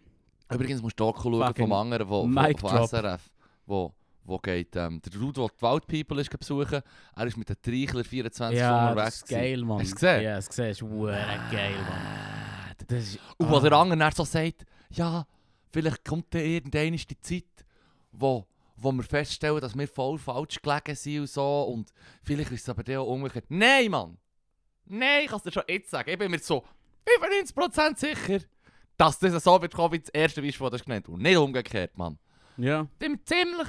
Speaker 2: Übrigens musst du Doku schauen
Speaker 1: Fucking
Speaker 2: vom anderen, wo,
Speaker 1: Mic
Speaker 2: wo,
Speaker 1: drop.
Speaker 2: von SRF, wo, wo geht, ähm, der Dude, der die Wild People ist besuchen, er ist mit den Dreichler 24
Speaker 1: Ja, das
Speaker 2: unterwegs
Speaker 1: ist geil, Mann.
Speaker 2: Hast du gesehen?
Speaker 1: Ja, das gesehen. Das ist hure geil, Mann.
Speaker 2: Ah,
Speaker 1: Das ist,
Speaker 2: Und wo
Speaker 1: ah.
Speaker 2: der andere dann so sagt, ja, vielleicht kommt dann irgendwann die Zeit, wo, wo wir feststellen, dass wir voll falsch gelegen sind und so. Und vielleicht ist es aber dann auch umgekehrt. Nein, Mann! Nein, ich kann es dir schon jetzt sagen. Ich bin mir so 95% sicher, dass das so wird kommen wie das erste Beispiel, das du genannt hast. Und nicht umgekehrt, Mann.
Speaker 1: Ja.
Speaker 2: Ich bin mir ziemlich,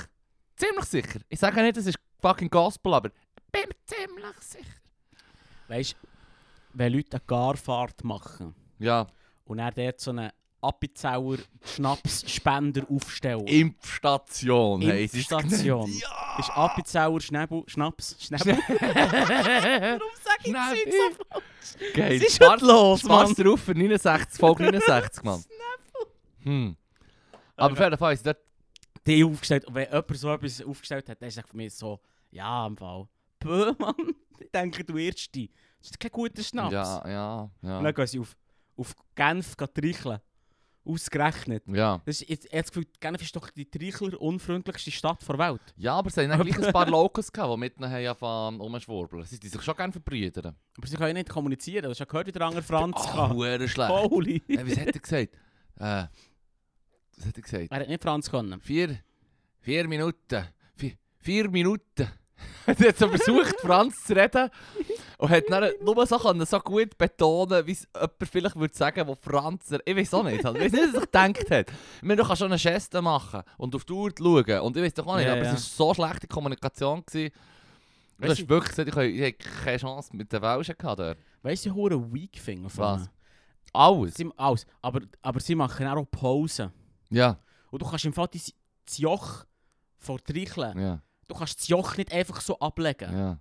Speaker 2: ziemlich sicher. Ich sage nicht, das ist fucking Gospel, aber ich bin mir ziemlich sicher.
Speaker 1: Weißt du, wenn Leute eine Garfahrt machen
Speaker 2: Ja,
Speaker 1: und er dort so einen Apizauer Schnapsspender aufstellen.
Speaker 2: Impfstation. heisst es
Speaker 1: Impfstation.
Speaker 2: genannt. Ja!
Speaker 1: Ist Apizauer Schnäbel, Schnaps, Schnäbel. Warum sag
Speaker 2: Schnäbel.
Speaker 1: Zeug so falsch?
Speaker 2: Geil.
Speaker 1: Was ist denn los, Mann?
Speaker 2: Spaß drauf für 69, Folge 69, Mann. Hm. Aber auf jeden Fall ist dort
Speaker 1: Die aufgestellt. Und wenn jemand so etwas aufgestellt hat, dann ist er von mir so, ja, im Fall. Bö, Mann. Ich denke, du irrst dich. Das ist kein guter Schnaps.
Speaker 2: Ja, ja,
Speaker 1: Und
Speaker 2: ja.
Speaker 1: dann gehen sie auf, auf Genf tricheln. Ausgerechnet.
Speaker 2: Ja.
Speaker 1: Das ist, jetzt, jetzt gefühlt, Genf ist doch die trichler unfreundlichste Stadt der Welt.
Speaker 2: Ja, aber es haben dann gleich ein paar Locals gehabt, die mitten haben angefangen rumschwurbeln. Sie sind sich schon gerne verbrüdern.
Speaker 1: Aber sie können ja nicht kommunizieren. Du hast ja gehört, wie der andere Franz
Speaker 2: Ah,
Speaker 1: kann.
Speaker 2: huere schlecht.
Speaker 1: Holy.
Speaker 2: Äh, was hat er gesagt? Äh, was hat er gesagt?
Speaker 1: Er hat nicht Franz können.
Speaker 2: Vier, vier Minuten. Vier, vier Minuten. Er hat so versucht, Franz zu reden. Und hat dann nur so, können, so gut betonen, wie es jemand vielleicht würde sagen, wo Franzer. Ich weiß auch nicht. halt. Ich weiß nicht, was er gedacht hat. Ich meine, du kannst schon eine Geste machen und auf die Uhr schauen. Und ich weiß doch auch nicht,
Speaker 1: Ja,
Speaker 2: aber es
Speaker 1: ja.
Speaker 2: war so schlechte Kommunikation. Gewesen. Du
Speaker 1: Weiss
Speaker 2: hast
Speaker 1: ich-
Speaker 2: wirklich gesagt, ich, ich hätte keine Chance mit den Welschen gehabt dort.
Speaker 1: Weißt du, sie haben weak finger
Speaker 2: Was?
Speaker 1: von
Speaker 2: Alles.
Speaker 1: Sie, alles. Aber, aber sie machen auch Pausen.
Speaker 2: Ja,
Speaker 1: Und du kannst im Fall dein- das Joch vor Tricheln.
Speaker 2: ja,
Speaker 1: Du kannst das Joch nicht einfach so ablegen.
Speaker 2: ja.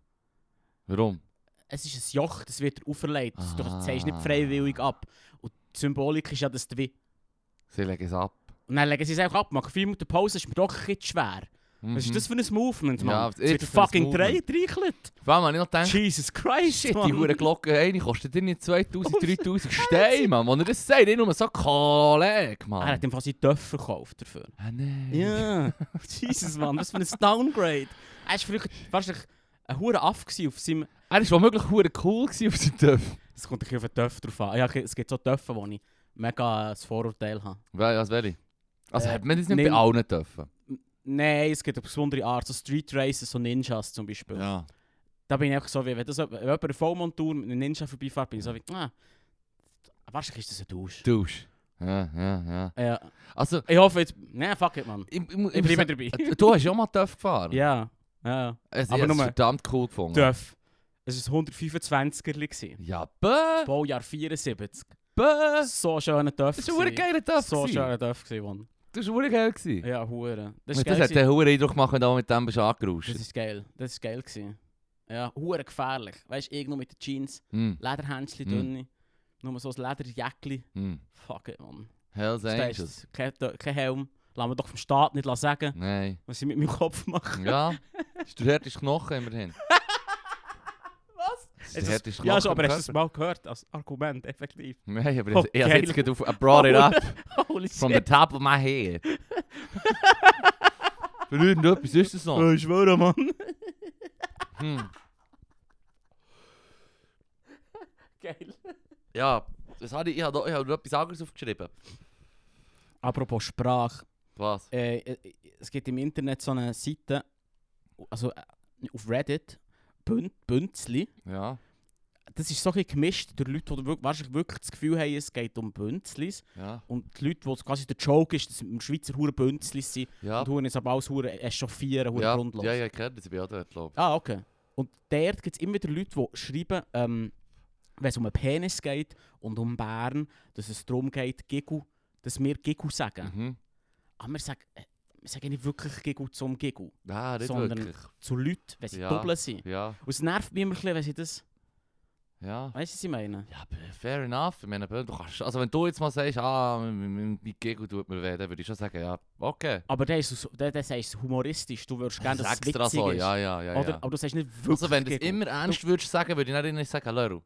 Speaker 2: Warum?
Speaker 1: Es ist ein Joch, das wird dir auferlegt. Das- Du
Speaker 2: Ah.
Speaker 1: zeigst nicht freiwillig ab. Und die Symbolik ist ja, dass du wie...
Speaker 2: Sie legen es ab.
Speaker 1: Und dann legen sie es einfach ab. Machen vier Minuten Pause, ist mir doch ein bisschen schwer. Was
Speaker 2: Mhm.
Speaker 1: ist das für ein Movement,
Speaker 2: Ja,
Speaker 1: Mann?
Speaker 2: was
Speaker 1: es
Speaker 2: ist
Speaker 1: wird
Speaker 2: das für ein
Speaker 1: fucking drei
Speaker 2: Movement?
Speaker 1: trichelt.
Speaker 2: Vor allem, wenn ich noch denke,
Speaker 1: Jesus Christ,
Speaker 2: Shit,
Speaker 1: Mann.
Speaker 2: die hure Glocke eine kostet dir nicht
Speaker 1: Oh,
Speaker 2: 2000, 3000 Steine, Mann. Wenn er das sagt, nicht nur so Kollege,
Speaker 1: Er
Speaker 2: Mann.
Speaker 1: hat im Fall seinen Töpfer gekauft dafür.
Speaker 2: Ah, nein.
Speaker 1: Ah, Ja, Jesus Mann, was für ein Downgrade. Er war früher wahrscheinlich ein hoher Aff gewesen auf seinem.
Speaker 2: Er war womöglich hure cool gewesen auf seinem Töpf.
Speaker 1: Es kommt ein bisschen auf den Töff drauf an. Ja, es gibt so Töpfe, wo ich mega äh, ein Vorurteil habe.
Speaker 2: Wel- Was welche? Also
Speaker 1: Äh,
Speaker 2: hat man das nicht
Speaker 1: nimm-
Speaker 2: bei allen dürfen?
Speaker 1: Nein, es gibt eine besondere Art, so Street Races, so Ninjas zum Beispiel.
Speaker 2: Ja.
Speaker 1: Da bin ich einfach so, wie wenn, das, wenn jemand eine Vollmontur mit einem Ninja vorbeifährt, bin ich so wie, ah, wahrscheinlich ist das ein Dusch.
Speaker 2: Dusch. Ja, ja, ja.
Speaker 1: Ja,
Speaker 2: Also,
Speaker 1: ich hoffe jetzt, nein, fuck it, Mann.
Speaker 2: ich, ich, mu-
Speaker 1: Ich
Speaker 2: muss
Speaker 1: bleibe
Speaker 2: sagen,
Speaker 1: dabei.
Speaker 2: äh, du hast ja auch mal Töpf gefahren.
Speaker 1: Ja, ja.
Speaker 2: Also, ich
Speaker 1: aber
Speaker 2: habe es
Speaker 1: nur-
Speaker 2: verdammt cool gefunden.
Speaker 1: Töff. Es war ein 125er, gewesen.
Speaker 2: Ja, bäh,
Speaker 1: Baujahr 74.
Speaker 2: bäh.
Speaker 1: So schöner Töff.
Speaker 2: Das war ein hure geiler Töpf.
Speaker 1: So
Speaker 2: gewesen.
Speaker 1: schöner Töff gewesen, Mann.
Speaker 2: Das war hure geil. gewesen.
Speaker 1: Ja, dus Hure. Das ist
Speaker 2: Und Das
Speaker 1: geil.
Speaker 2: hat
Speaker 1: gewesen.
Speaker 2: einen hohen Eindruck gemacht, wenn du auch mit dem bist angerauscht.
Speaker 1: Das ist geil. Das ist geil gewesen. Ja, Hure gefährlich. Weißt du, irgendwo mit den Jeans,
Speaker 2: Hm,
Speaker 1: Lederhändchen
Speaker 2: Mhm.
Speaker 1: dünne, nur so ein Lederjäckli.
Speaker 2: hm.
Speaker 1: Fuck it, Mann.
Speaker 2: Hells
Speaker 1: Verstehst
Speaker 2: Angels.
Speaker 1: du? Kein, Tö- kein Helm. Lass mir doch vom Staat nicht sagen,
Speaker 2: Nein.
Speaker 1: was sie mit meinem Kopf machen.
Speaker 2: Ja, ist der härteste Knochen immerhin.
Speaker 1: Was?
Speaker 2: Das
Speaker 1: Jetzt
Speaker 2: ist der härteste Knochen.
Speaker 1: ja, schon, aber
Speaker 2: im
Speaker 1: hast du das
Speaker 2: Körper.
Speaker 1: mal gehört dus als Argument, effektiv.
Speaker 2: Nein, aber
Speaker 1: Oh,
Speaker 2: ich- ich habe
Speaker 1: geil.
Speaker 2: jetzt gerade auf I brought it up
Speaker 1: Holy
Speaker 2: from the
Speaker 1: shit.
Speaker 2: top of my head. Für irgendetwas ist das noch.
Speaker 1: Oh, ich schwöre, Mann.
Speaker 2: Hm.
Speaker 1: Geil.
Speaker 2: Ja, dus das hatte ich, ich habe da- ich habe da etwas anderes aufgeschrieben.
Speaker 1: Apropos Sprache.
Speaker 2: Was?
Speaker 1: äh, äh, es gibt im Internet so eine Seite, also äh, auf Reddit, Bün Bünzli.
Speaker 2: Ja,
Speaker 1: Das ist so ein bisschen gemischt durch Leute, die wir- wahrscheinlich wirklich das Gefühl haben, es geht um Bünzlis.
Speaker 2: ja,
Speaker 1: Und die Leute, wo es quasi der Joke ist, dass im Schweizer Huren Bünzlis sind
Speaker 2: ja.
Speaker 1: und Huren jetzt aber alles Huren echauffieren, Huren
Speaker 2: Ja,
Speaker 1: grundlos.
Speaker 2: ja, ja, ich kenne das, ich bin auch dort, glaub
Speaker 1: Ah, okay. Und dort gibt es immer wieder Leute, die schreiben, ähm, wenn es um einen Penis geht und um Bären, dass es darum geht, Gigu, dass wir Gigu
Speaker 2: ich.
Speaker 1: sagen.
Speaker 2: Mhm.
Speaker 1: Aber wir sagen, äh, wir sagen nicht wirklich Gigu zum Gigu.
Speaker 2: Nein, Ah, nicht
Speaker 1: Sondern-
Speaker 2: wirklich.
Speaker 1: zu Leuten, wenn sie
Speaker 2: Ja.
Speaker 1: doppelt sind.
Speaker 2: Ja,
Speaker 1: Und es nervt mich immer ein bisschen, wenn sie das.
Speaker 2: ja.
Speaker 1: Weißt du, was ich meine?
Speaker 2: Ja, aber fair enough. Ich meine, du kannst, also wenn du jetzt mal sagst, ah, mein- mein mein Gegel tut mir weh, dann würde ich schon sagen, ja, okay.
Speaker 1: Aber der ist so, der, der sagst humoristisch, du würdest gerne, dass es witzig
Speaker 2: extra so,
Speaker 1: ist.
Speaker 2: ja, ja, ja.
Speaker 1: oder?
Speaker 2: ja.
Speaker 1: Aber du sagst nicht wirklich.
Speaker 2: Also wenn du es
Speaker 1: Giggle.
Speaker 2: immer ernst würdest sagen, würde ich dann nicht sagen, Leru,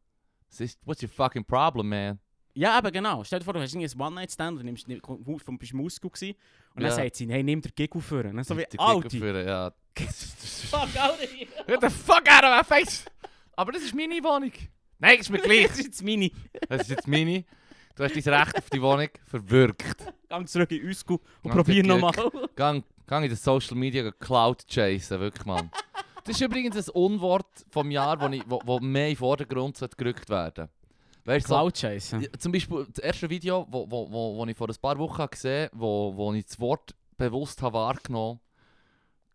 Speaker 2: es ist- what's your fucking problem, man?
Speaker 1: Ja, aber genau. Stell dir vor, du hast irgendwie ein One-Night-Stand und nimmst, nimm, komm, vom- bist im Ausgang gewesen, und
Speaker 2: Ja.
Speaker 1: dann sagt sie, hey, nimm den Gig auf. Und dann so wie,
Speaker 2: Den Kick
Speaker 1: Alti.
Speaker 2: aufführen, Ja.
Speaker 1: Fuck, Alti.
Speaker 2: Get the fuck out of my face! Aber das ist meine Wohnung. Nein, ist mir gleich.
Speaker 1: Das ist jetzt meine.
Speaker 2: Das ist jetzt meine. Du hast dein Recht auf die Wohnung verwirkt.
Speaker 1: Gang zurück in Usku und
Speaker 2: Ja,
Speaker 1: probier
Speaker 2: wirklich.
Speaker 1: nochmal. Also.
Speaker 2: Gang, gang in den Social Media Cloud chasen, wirklich, Mann. Das ist übrigens ein Unwort vom Jahr, wo, ich, wo, wo mehr in den Vordergrund sollte gerückt werden Weißt du, so-
Speaker 1: Cloud chasen.
Speaker 2: Ja, zum Beispiel das erste Video, das wo, wo, wo, wo ich vor ein paar Wochen habe gesehen habe, wo, wo ich das Wort bewusst habe wahrgenommen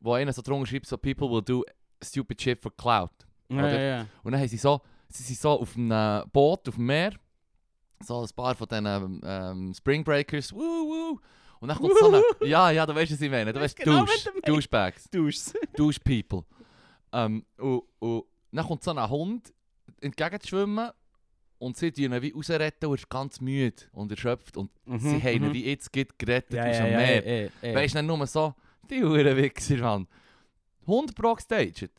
Speaker 2: wo einer so drunter schreibt, so «People will do stupid shit for clout».
Speaker 1: Ja, ja, ja.
Speaker 2: Und dann haben sie so, sie sind so auf einem Boot, auf dem Meer, so ein paar von diesen ähm, Springbreakers, wuh, wuh. Und dann kommt so eine, ja, ja, du weißt, was ich meine, du
Speaker 1: Ich weiß
Speaker 2: weißt,
Speaker 1: genau,
Speaker 2: Douche,
Speaker 1: was du meinst.
Speaker 2: Douchebags.
Speaker 1: Du hast
Speaker 2: Douche People. Ähm, und, und dann kommt so ein Hund entgegenzuschwimmen und sie tun ihn wie rausretten und er ist ganz müde und erschöpft und sie haben ihn wie jetzt geht gerettet aus dem Meer.
Speaker 1: Mhm, ja, eh, ja.
Speaker 2: Weißt du, nicht nur so, die Hurenwichser, Mann. 100 Pro gestaged.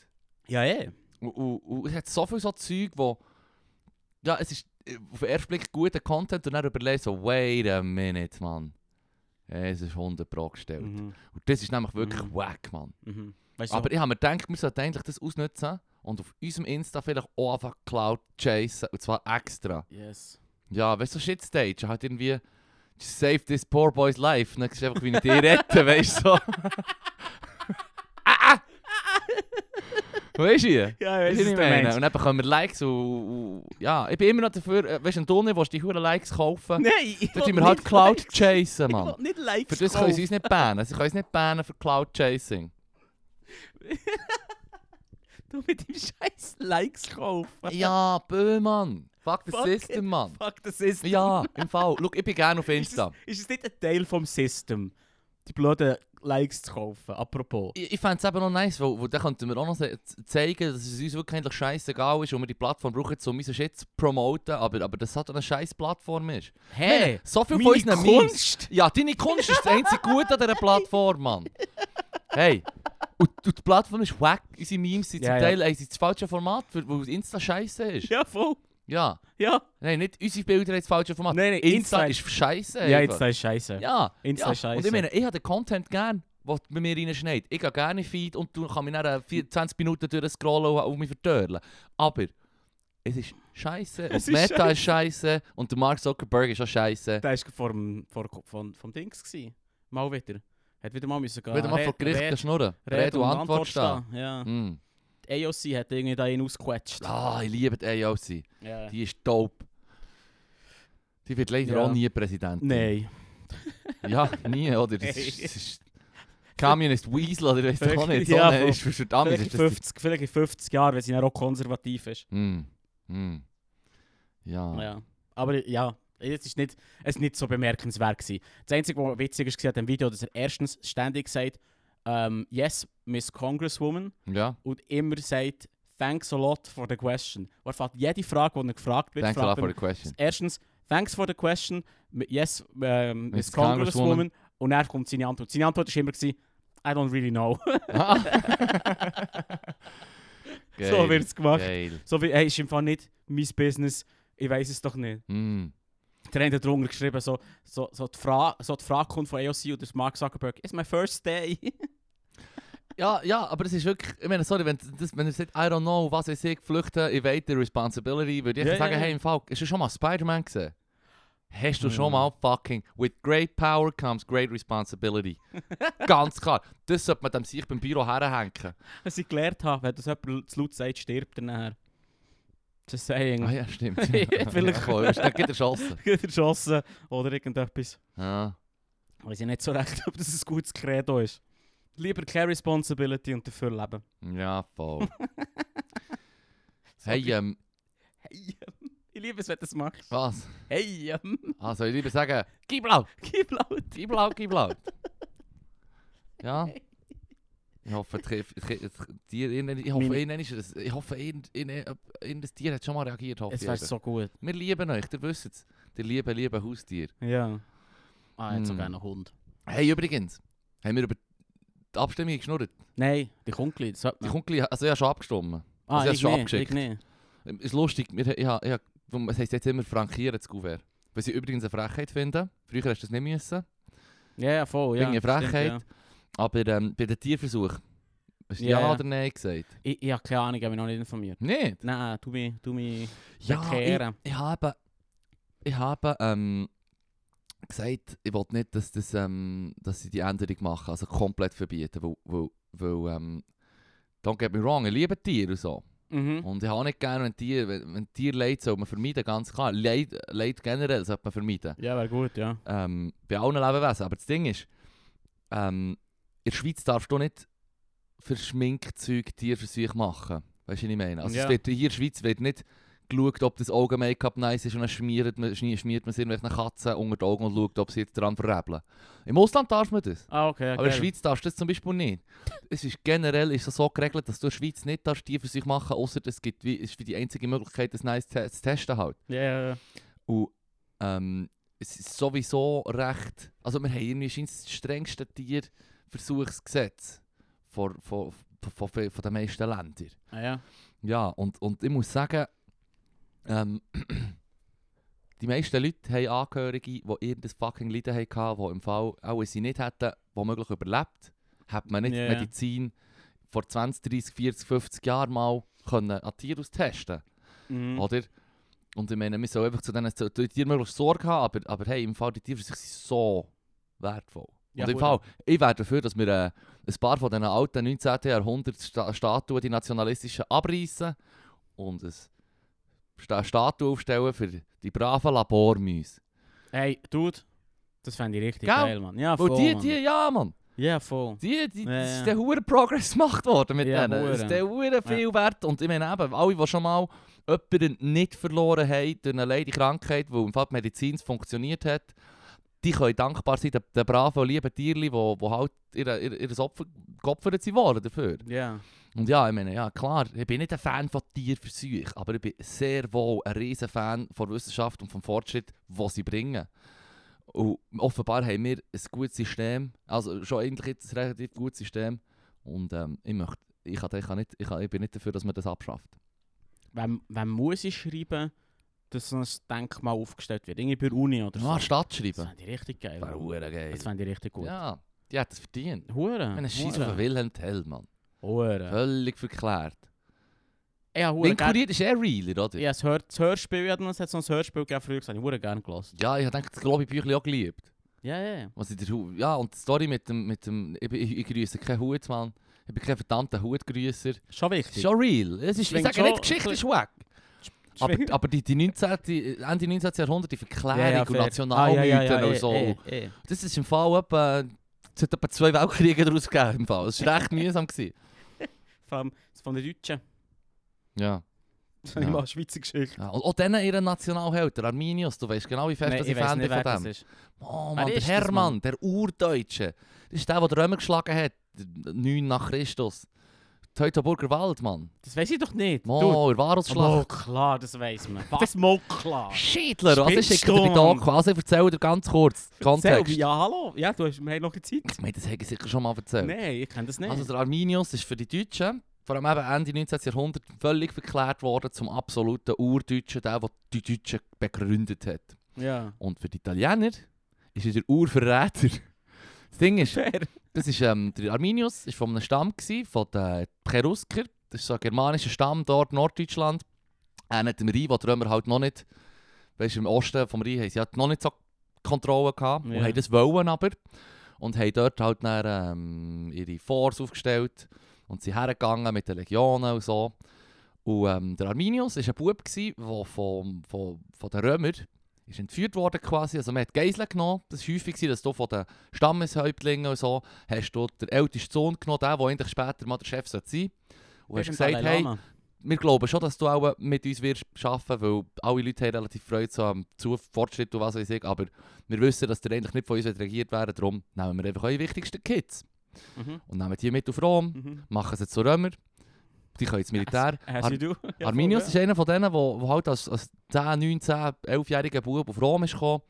Speaker 1: Ja, ja.
Speaker 2: Und, und, und es hat so viel so Zeug, wo... Ja, es ist äh, auf den ersten Blick guter Content und dann überlegst du so, wait a minute, Mann. Es ist 100 Pro gestellt.
Speaker 1: Mhm.
Speaker 2: Und das ist nämlich wirklich
Speaker 1: Mhm.
Speaker 2: wack, Mann.
Speaker 1: Mhm. Weißt du,
Speaker 2: Aber ich habe mir gedacht, wir sollten eigentlich das ausnutzen und auf unserem Insta vielleicht auch einfach Cloud chasen. Und zwar extra.
Speaker 1: yes.
Speaker 2: Ja, weißt du, so Shitstage. Halt irgendwie, just save this poor boy's life. Und dann siehst du einfach, wie ich dich rette, weißt du? So. ah, ah. Weißt du? hier?
Speaker 1: Ja,
Speaker 2: Weißt du, was ich meine?
Speaker 1: meinst.
Speaker 2: Und dann bekommen wir Likes und, und. Ja, ich bin immer noch dafür, äh, weißt du, wenn du nicht willst, die Huren Likes kaufen,
Speaker 1: Nein, ich
Speaker 2: dann
Speaker 1: will
Speaker 2: tun wir halt
Speaker 1: nicht
Speaker 2: Cloud
Speaker 1: Likes.
Speaker 2: chasen, dus
Speaker 1: Ich
Speaker 2: Mann.
Speaker 1: will nicht Likes
Speaker 2: Für das können sie
Speaker 1: kaufen.
Speaker 2: uns nicht bannen. Sie können uns nicht bannen für Cloud Chasing.
Speaker 1: Du mit dem scheiß Likes kaufen.
Speaker 2: Ja, Böhmann. Fuck the
Speaker 1: Fuck it.
Speaker 2: system, Mann.
Speaker 1: Fuck, das ist...
Speaker 2: Ja, im Fall. Schau, ich bin gerne auf
Speaker 1: Ist
Speaker 2: Insta.
Speaker 1: es, ist es nicht ein Teil vom System, die blöden Likes zu kaufen? Apropos.
Speaker 2: Ich, ich fände es eben noch nice, weil, weil dann könnten wir auch noch se- z- zeigen, dass es uns wirklich eigentlich scheißegal ist und wir die Plattform brauchen, um unseren Shit zu promoten, aber, aber das halt eine scheiß Plattform ist.
Speaker 1: Hey,
Speaker 2: So viel von
Speaker 1: meine
Speaker 2: unseren Memes.
Speaker 1: Kunst!
Speaker 2: Ja, deine Kunst ist das einzige Gute an dieser Plattform, Mann. Hey. Und, und die Plattform ist wack. Unsere Memes sind
Speaker 1: Ja,
Speaker 2: zum
Speaker 1: ja.
Speaker 2: Teil haben sie das falsche Format, weil weil Insta scheiße ist. Ja.
Speaker 1: Ja, voll. Ja.
Speaker 2: Nein, nicht unsere Bilder haben das falsche Format.
Speaker 1: Nein, nein,
Speaker 2: Insta,
Speaker 1: Insta-
Speaker 2: ist scheiße.
Speaker 1: Ja, jetzt ist scheiße.
Speaker 2: Ja,
Speaker 1: Insta
Speaker 2: ja.
Speaker 1: ist scheisse.
Speaker 2: Und ich meine, ich habe den Content gern, was bei mir reinschneit. Ich gehe gerne in Feed und du- kann mich dann äh, 20 Minuten durchscrollen und auf mich vertörlen. Aber es ist scheiße.
Speaker 1: Es
Speaker 2: Und
Speaker 1: ist
Speaker 2: Meta ist scheiße und der Mark Zuckerberg ist auch scheiße.
Speaker 1: Der war vor, dem- vor vom, vom Dings. Gewesen. Mal wieder. Hat wieder mal müssen gehen.
Speaker 2: Wieder mal vor
Speaker 1: Red-
Speaker 2: Gericht
Speaker 1: Red-
Speaker 2: schnurren. Rede und Antwort stehen.
Speaker 1: Ja.
Speaker 2: Mm.
Speaker 1: Die AOC hat irgendwie da einen ausgequetscht.
Speaker 2: Ah, ich liebe die AOC.
Speaker 1: Ja.
Speaker 2: Die ist dope. Die wird leider
Speaker 1: Ja.
Speaker 2: auch nie Präsidentin.
Speaker 1: Nein.
Speaker 2: Ja, nie, oder? Das ist,
Speaker 1: Hey.
Speaker 2: das ist Communist Weasel, oder weißt du auch nicht. So
Speaker 1: Ja,
Speaker 2: eine
Speaker 1: voll.
Speaker 2: ist für- für die Amis
Speaker 1: Vielleicht in,
Speaker 2: ist das die
Speaker 1: 50, vielleicht in 50 Jahren, wenn sie dann auch konservativ ist.
Speaker 2: Mm. Mm. Ja.
Speaker 1: Ja. Aber ja, es ist nicht, es ist nicht so bemerkenswert. Gewesen. Das Einzige, was witzig ist, war an dem Video, dass er erstens ständig sagt, ähm, yes, Miss Congresswoman,
Speaker 2: ja.
Speaker 1: und immer sagt, thanks a lot for the question. Und er fragt jede Frage, die er gefragt wird,
Speaker 2: Thanks a lot
Speaker 1: fragt
Speaker 2: for
Speaker 1: er
Speaker 2: the question.
Speaker 1: erstens, thanks for the question, m- yes, ähm, Miss
Speaker 2: Miss
Speaker 1: Congresswoman,
Speaker 2: Congresswoman.
Speaker 1: und dann kommt seine Antwort. Seine Antwort war immer, gewesen, I don't really know. so wird es gemacht.
Speaker 2: Geil.
Speaker 1: So wie, hey, ist im Fall nicht mein Business, ich weiß es doch nicht.
Speaker 2: Mm.
Speaker 1: Der eine hat drunter geschrieben, so, so, so, die Fra so die Frage kommt von AOC oder Mark Zuckerberg, it's my first day.
Speaker 2: Ja, ja, aber es ist wirklich, ich meine, sorry, wenn, das, wenn ihr sagt, I don't know, was ich sehe, flüchten, ich weiß die Responsibility, würde ich
Speaker 1: Ja,
Speaker 2: echt sagen,
Speaker 1: ja, ja.
Speaker 2: hey, im Fall, hast du schon mal Spider-Man gesehen? Hast du
Speaker 1: Ja.
Speaker 2: schon mal fucking, with great power comes great responsibility. Dus Ganz klar, das sollte man dem sich beim Büro herhängen.
Speaker 1: Was ich gelernt habe, wenn das jemand zu laut sagt, stirbt er nachher. Das ist ein Saying.
Speaker 2: Ah ja, stimmt.
Speaker 1: Ja, vielleicht.
Speaker 2: Ja, ist dann erschossen.
Speaker 1: erschossen oder irgendetwas.
Speaker 2: Ja.
Speaker 1: Weiß ich nicht so recht, ob das ein gutes Credo ist. Lieber keine Responsibility und dafür leben.
Speaker 2: Ja, voll.
Speaker 1: So
Speaker 2: hey,
Speaker 1: wie-
Speaker 2: ähm,
Speaker 1: hey, ähm. ich liebe es, wenn du es machst.
Speaker 2: was?
Speaker 1: Hey, ähm.
Speaker 2: Also, ich lieber sagen, gib laut,
Speaker 1: gib laut.
Speaker 2: gib laut, gib laut. Ja. Ich hoffe, die- die- die- die- ich hoffe,
Speaker 1: Meine-
Speaker 2: ihr nennt es- ich hoffe, ihr- ihr- ihr- ihr- das Tier hat schon mal reagiert, hoffe
Speaker 1: Es
Speaker 2: ich.
Speaker 1: wäre
Speaker 2: eben.
Speaker 1: so gut.
Speaker 2: Wir lieben euch, ihr wisst es. Ihr lieben, lieben Haustier.
Speaker 1: Ja. Ah, jetzt
Speaker 2: Hm.
Speaker 1: sogar einen Hund.
Speaker 2: Hey, übrigens, haben wir über die Abstimmung geschnurrt?
Speaker 1: Nein, die kommt gleich. Das hört
Speaker 2: Die
Speaker 1: man.
Speaker 2: kommt gleich, also ich habe schon abgestimmt.
Speaker 1: ah,
Speaker 2: sie hat's
Speaker 1: ich
Speaker 2: schon
Speaker 1: nicht,
Speaker 2: abgeschickt.
Speaker 1: Ich nicht.
Speaker 2: Ähm, Ist lustig, wir, ich, hab- ich, hab- es heisst jetzt immer frankieren das Gouverne. Was ich übrigens eine Frechheit finde. Früher hast du das nicht müssen.
Speaker 1: Ja, ja, voll. Ja,
Speaker 2: Finde ich eine
Speaker 1: stimmt,
Speaker 2: Frechheit.
Speaker 1: ja.
Speaker 2: Aber ähm, bei den Tierversuchen, hast du
Speaker 1: Ja,
Speaker 2: ja,
Speaker 1: ja.
Speaker 2: oder nein gesagt?
Speaker 1: Ich, ich habe keine Ahnung, ich habe ah, mich noch nicht informiert.
Speaker 2: Nicht?
Speaker 1: Nein, du mich, du mich
Speaker 2: Ja,
Speaker 1: bekehren.
Speaker 2: ich, ich habe ich habe ähm, gesagt, ich wollte nicht, dass, das, ähm, dass sie die Änderung machen, also komplett verbieten, weil, weil, weil ähm, don't get me wrong, ich liebe Tiere und so.
Speaker 1: Mhm.
Speaker 2: Und ich habe nicht gerne, wenn Tier, wenn, wenn Tier Leid soll man vermeiden, ganz klar. Leid, Leid generell sollte man vermeiden.
Speaker 1: Ja, wäre gut, ja.
Speaker 2: Ähm, bei allen Lebewesen. Aber das Ding ist, ähm, in der Schweiz darfst du nicht verschminkt Zeug Tierversuche machen. Weißt du, was ich meine? Also
Speaker 1: Ja.
Speaker 2: es wird, hier in der Schweiz wird nicht geschaut, ob das Augen-Make-up nice ist und dann schmiert man, schmiert, schmiert man sie irgendwelchen Katzen unter die Augen und schaut, ob sie jetzt daran verrebeln. Im Ausland darf man das.
Speaker 1: Ah, okay, ja,
Speaker 2: Aber in der
Speaker 1: geil.
Speaker 2: Schweiz darfst du das zum Beispiel nicht. Es ist generell ist das so geregelt, dass du in der Schweiz nicht darfst, die für sich machen, außer es gibt wie, ist wie die einzige Möglichkeit, das nice te- zu testen halt.
Speaker 1: Ja, ja, ja.
Speaker 2: Und ähm, es ist sowieso recht. Also wir haben irgendwie scheint das strengste Tierversuchsgesetz von, von, von, von, von den meisten Ländern.
Speaker 1: Ah, ja.
Speaker 2: Ja, und, und ich muss sagen, ähm, die meisten Leute haben Angehörige, die irgendein fucking Leiden hatten, die im Fall auch sie nicht hätten, womöglich überlebt, hat man nicht
Speaker 1: Ja, ja.
Speaker 2: Medizin vor 20, 30, 40, 50 Jahren mal können an Tieren austesten
Speaker 1: Mhm.
Speaker 2: oder? Und ich meine, wir sollen einfach zu diesen zu den Tieren möglichst Sorge haben, aber, aber hey, im Fall die Tiere für sich sind so wertvoll.
Speaker 1: Ja,
Speaker 2: und im Fall,
Speaker 1: hure.
Speaker 2: ich wäre dafür, dass wir äh, ein paar von diesen alten 19. Jahrhundert-Statuen, die nationalistischen, abreißen und es eine Statue aufstellen für die braven Labormäuse.
Speaker 1: Hey, Dude, das fände ich richtig
Speaker 2: Gell?
Speaker 1: geil, Mann. Ja, voll.
Speaker 2: Weil die,
Speaker 1: Mann.
Speaker 2: die, ja Mann,
Speaker 1: Ja, voll.
Speaker 2: die, die,
Speaker 1: Ja,
Speaker 2: das
Speaker 1: ja.
Speaker 2: ist der hohe Progress gemacht worden mit
Speaker 1: Ja,
Speaker 2: denen. Das ist
Speaker 1: hure.
Speaker 2: der hohe viel wert und ich meine eben, alle, die schon mal jemanden nicht verloren haben durch eine leidige Krankheit, wo im Fall die Medizin funktioniert hat, die können dankbar sein, den, den braven und lieben Tierchen, die wo halt ihr, ihr, ihr Opfer geopfert sind worden dafür.
Speaker 1: Ja.
Speaker 2: Und ja, ich meine, ja klar, ich bin nicht ein Fan von Tierversuchen, aber ich bin sehr wohl ein riesen Fan von Wissenschaft und vom Fortschritt, was sie bringen. Und offenbar haben wir ein gutes System, also schon eigentlich jetzt ein relativ gutes System. Und ähm, ich möchte, ich, kann, ich, kann nicht, ich, kann, ich bin nicht dafür, dass man das abschafft.
Speaker 1: Wem, wem muss ich schreiben, dass so ein Denkmal aufgestellt wird? Irgendwie bei der Uni oder so.
Speaker 2: Ah, Stadt
Speaker 1: das
Speaker 2: schreiben.
Speaker 1: fände ich richtig geil.
Speaker 2: Wäre
Speaker 1: Mann.
Speaker 2: hure geil.
Speaker 1: Das fände ich richtig gut.
Speaker 2: Ja, die hat es verdient.
Speaker 1: Hure.
Speaker 2: Wenn ein Scheiß
Speaker 1: hure.
Speaker 2: von Wilhelm Tell, Mann.
Speaker 1: Hure.
Speaker 2: Völlig verklärt.
Speaker 1: Ja, hure. gern-
Speaker 2: Winkuriert ist eh realer, oder?
Speaker 1: Ja, das Hör- das Hörspiel, ja, es hat so ein Hörspiel gegeben, früher, das habe ich hure gerne gelesen.
Speaker 2: Ja, ich denke, das Globi-Büchlein auch geliebt.
Speaker 1: Ja, ja, ja.
Speaker 2: Was in der Hu ja, und die Story mit dem. Mit dem ich, bin- ich, ich grüße keinen Hut, Mann. Ich bin kein verdammter Hutgrüßer.
Speaker 1: Schon
Speaker 2: Das ist
Speaker 1: wichtig.
Speaker 2: schon real. Es ist, ich
Speaker 1: Schwingt
Speaker 2: sage nicht, die
Speaker 1: schon-
Speaker 2: Geschichte ist weg. Aber,
Speaker 1: Schwierig.
Speaker 2: aber die, die 19, die, Ende 19. Jahrhundert, die Verklärung und
Speaker 1: fair.
Speaker 2: Nationalmythen
Speaker 1: Ah, ja, ja, ja,
Speaker 2: und
Speaker 1: eh,
Speaker 2: so.
Speaker 1: eh, eh.
Speaker 2: Das ist im Fall etwa. Es hat etwa zwei Weltkriege daraus gegeben. Im Fall. Es war recht mühsam. Gewesen.
Speaker 1: Von, von den Deutschen.
Speaker 2: Ja.
Speaker 1: Das habe ich
Speaker 2: Ja.
Speaker 1: mal eine Schweizer Geschichte.
Speaker 2: ja. Und auch denen ihren Nationalheld, der Arminius. Du weißt genau, wie fest
Speaker 1: Nein,
Speaker 2: dass ich
Speaker 1: weiss
Speaker 2: Fan bin
Speaker 1: wer
Speaker 2: von
Speaker 1: das
Speaker 2: dem.
Speaker 1: ist.
Speaker 2: Oh
Speaker 1: Wer
Speaker 2: Mann, der
Speaker 1: ist das,
Speaker 2: Hermann, der Urdeutsche. Das ist der, der die Römer geschlagen hat. 9 nach Christus. Teutoburger Wald, Mann.
Speaker 1: Das weiß ich doch nicht. Dude.
Speaker 2: Mo, in
Speaker 1: Mal
Speaker 2: Varusschlacht.
Speaker 1: klar, das weiß man. Was mal klar?
Speaker 2: Schiedler, also
Speaker 1: Spinnst
Speaker 2: schickt
Speaker 1: du,
Speaker 2: dir die
Speaker 1: Mann?
Speaker 2: Doku. Also ich erzähle dir ganz kurz den
Speaker 1: Erzähl,
Speaker 2: Kontext.
Speaker 1: Ja, hallo. Ja, du hast mir noch die Zeit.
Speaker 2: Ich meine, das habe ich sicher schon mal erzählt.
Speaker 1: Nein, ich kenne das nicht.
Speaker 2: Also der Arminius ist für die Deutschen, vor allem eben Ende 19. Jahrhundert, völlig verklärt worden zum absoluten Urdeutschen, der, der die Deutschen begründet hat.
Speaker 1: ja.
Speaker 2: Und für die Italiener ist er der Urverräter. Das Ding ist,
Speaker 1: Fair.
Speaker 2: Das ist, ähm, der Arminius war von einem Stamm, gewesen, von den Cherusker. Das ist so ein germanischer Stamm dort, Norddeutschland. Äh, nicht im Rhein, wo die Römer halt noch nicht, weißt du, im Osten vom Rhein, haben sie halt noch nicht so Kontrolle gehabt.
Speaker 1: Ja.
Speaker 2: Und haben das wollen aber. Und haben dort halt dann, ähm, ihre Force aufgestellt und sind hergegangen mit den Legionen und so. Und ähm, der Arminius war ein Bub, gewesen, der von, von, von den Römern ist entführt worden quasi. Also man hat Geiseln genommen. Das war häufig, gewesen, dass du von den Stammeshäuptlingen und so hast du den ältesten Sohn genommen, der, der eigentlich später mal der Chef sein sollte. Und hast
Speaker 1: Bist
Speaker 2: gesagt,
Speaker 1: im Dalai
Speaker 2: hey,
Speaker 1: Lama.
Speaker 2: wir glauben schon, dass du auch mit uns wirst arbeiten, weil alle Leute haben relativ Freude so am Zu- Fortschritt und was weiß ich, aber wir wissen, dass ihr eigentlich nicht von uns regiert werden darum nehmen wir einfach eure wichtigsten Kids
Speaker 1: Mhm.
Speaker 2: und nehmen die mit auf Rom,
Speaker 1: Mhm. Äh,
Speaker 2: machen sie zu Römer, die können ins Militär.
Speaker 1: As
Speaker 2: Ar-
Speaker 1: you do. Ja,
Speaker 2: Arminius
Speaker 1: voll,
Speaker 2: ist einer von denen, der halt als, als 10, 9, 10, 11-jähriger Bub auf Rom ist gekommen.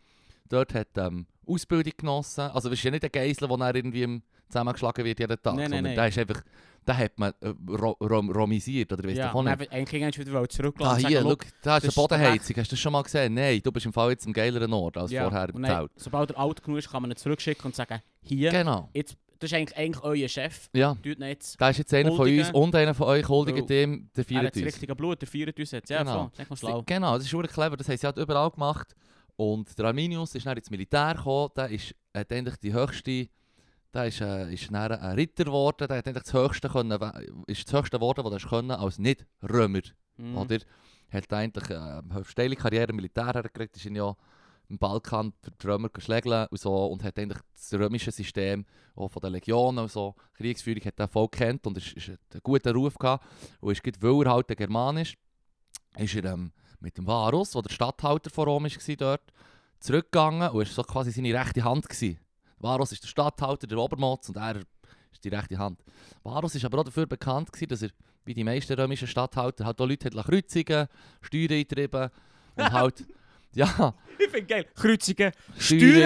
Speaker 2: Dort hat ähm, Ausbildung genossen. Also es ist ja nicht ein Geisel, der dann irgendwie im- zusammengeschlagen wird jeden Tag.
Speaker 1: Nein, nein,
Speaker 2: sondern
Speaker 1: nein.
Speaker 2: Der ist einfach, den hat man äh, ro rom romisiert oder weißt
Speaker 1: ja.
Speaker 2: davon
Speaker 1: Ja,
Speaker 2: nicht.
Speaker 1: nein, Eigentlich hast du wieder zurückgelassen.
Speaker 2: Ah,
Speaker 1: und
Speaker 2: hier,
Speaker 1: sagen,
Speaker 2: look, da ist
Speaker 1: das
Speaker 2: eine
Speaker 1: ist der
Speaker 2: Bodenheizung. Hast du das schon mal gesehen? Nein, du bist im Fall jetzt am geileren Ort als
Speaker 1: Ja.
Speaker 2: vorher
Speaker 1: Und
Speaker 2: im
Speaker 1: dann,
Speaker 2: Zelt.
Speaker 1: Sobald er alt genug ist, kann man ihn zurückschicken und sagen, hier,
Speaker 2: Genau.
Speaker 1: jetzt, das ist eigentlich, eigentlich euer Chef.
Speaker 2: Ja,
Speaker 1: Tut ihn jetzt.
Speaker 2: da ist jetzt einer von
Speaker 1: Huldigen.
Speaker 2: uns und einer von euch, huldigen
Speaker 1: Oh.
Speaker 2: dem,
Speaker 1: Er
Speaker 2: der
Speaker 1: hat
Speaker 2: feiert
Speaker 1: das
Speaker 2: uns.
Speaker 1: richtige Blut, der feiert uns jetzt. Ja,
Speaker 2: Genau.
Speaker 1: voll. Das ist noch schlau.
Speaker 2: Genau, das ist wirklich clever. Das haben sie halt überall gemacht. Und der Arminius ist dann ins Militär gekommen, der ist, hat eigentlich die höchste, der ist, äh, ist dann ein Ritter geworden, der hat eigentlich das höchste können, ist das höchste geworden, was er können als Nicht-Römer,
Speaker 1: Mhm.
Speaker 2: oder? Hat eigentlich äh, eine steile Karriere im Militär hergekriegt, ist ihn ja im Balkan für die Römer geschlägt und so und hat eigentlich das römische System auch von den Legionen und so, Kriegsführung hat er voll kennt und ist, ist hat einen guten Ruf gehabt und ist gerade, weil er halt ein German ist, ist er ähm, mit dem Varus, der der Statthalter von Rom war, dort, zurückgegangen und ist so quasi seine rechte Hand. Gewesen. Varus ist der Statthalter, der Obermotz und er ist die rechte Hand. Varus ist aber auch dafür bekannt, gewesen, dass er, wie die meisten römischen Statthalter, halt auch Leute hat kreuzigen, Steuern eintrieben und halt, ja,
Speaker 1: Ich finde geil. Kreuzigen.
Speaker 2: Steuern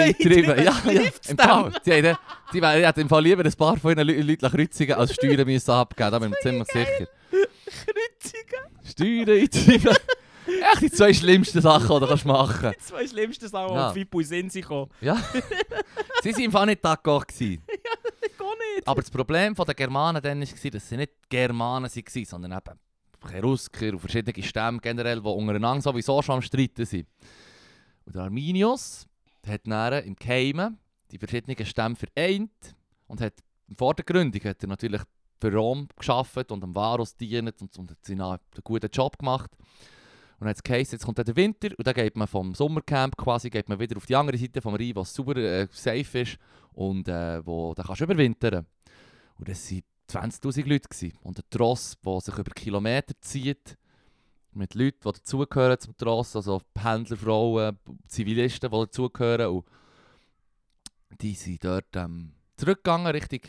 Speaker 2: eintrieben. Ja, ja,
Speaker 1: trifft's
Speaker 2: im
Speaker 1: dann.
Speaker 2: Fall. Die, haben, die, wär- die hätten im Fall lieber ein paar von ihnen Leuten lassen kreuzigen als Steuern müssen abgeben, da bin ich mir ziemlich sicher.
Speaker 1: Kreuzigen.
Speaker 2: Steuern eintrieben. Echt die zwei schlimmsten Sachen, die du kannst machen kannst.
Speaker 1: Die zwei schlimmsten Sachen,
Speaker 2: Ja.
Speaker 1: die auf Vipu sind sie gekommen.
Speaker 2: Ja. Sie waren im Fall nicht d'accord. gewesen.
Speaker 1: Ich kann nicht.
Speaker 2: Aber das Problem der Germanen dann war, dass sie nicht Germanen waren, sondern eben Cherusker und verschiedene Stämme generell, die untereinander sowieso schon am Streiten sind. Und der Arminius hat dann im Keimen die verschiedenen Stämme vereint und hat vor der Gründung hat er natürlich für Rom geschafft und am Varus dienet und, und hat seinen äh, einen guten Job gemacht. Und dann hat es geheißen, jetzt kommt dann der Winter und dann geht man vom Sommercamp quasi geht man wieder auf die andere Seite vom Rhein, was super äh, safe ist und äh, wo da kannst du überwintern. Und das waren 20'000 Leute. Gewesen. Und ein Tross, der sich über Kilometer zieht, mit Leuten, die dazugehören zum Tross, also Pendler, Frauen, Zivilisten, die dazugehören. Und die sind dort ähm, zurückgegangen, Richtung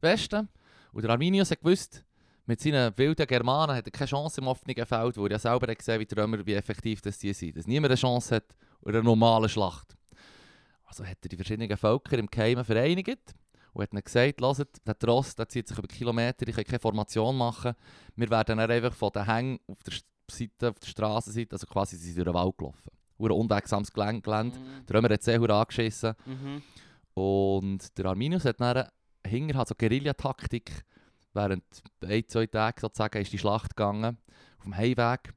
Speaker 2: Westen. Und der Arminius hat gewusst, mit seinen wilden Germanen hat er keine Chance im offenen Feld, wo er ja selber hat gesehen hat, wie die Römer, wie effektiv das die sind. Dass niemand eine Chance hat in einer normalen Schlacht. Also hat er die verschiedenen Völker im Keimen vereinigt und hat ihnen gesagt, «Hört, der Tross der zieht sich über Kilometer, ich kann keine Formation machen. Wir werden dann einfach von den Hängen auf der St- Seite, auf der Straßenseite, also quasi sie sind durch den Wald gelaufen. Und ein unwegsames Gelände. Gelände.
Speaker 1: Mhm.
Speaker 2: Die Römer hat sehr angeschissen.
Speaker 1: Mhm.
Speaker 2: Und der Arminius hat dann hinterher hat so Guerillataktik. Während ein, zwei Tage sozusagen ist die Schlacht gegangen. Auf dem Heimweg,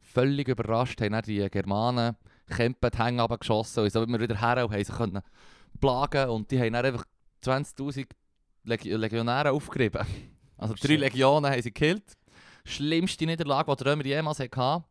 Speaker 2: völlig überrascht, haben dann die Germanen Kämpfe die Hänge runtergeschossen und sind immer wieder her und haben sie können plagen Und die haben dann einfach 20'000 Leg Legionäre aufgerieben. Also drei
Speaker 1: Shit.
Speaker 2: Legionen haben sie gekillt. Schlimmste Niederlage, die die Römer jemals hatten.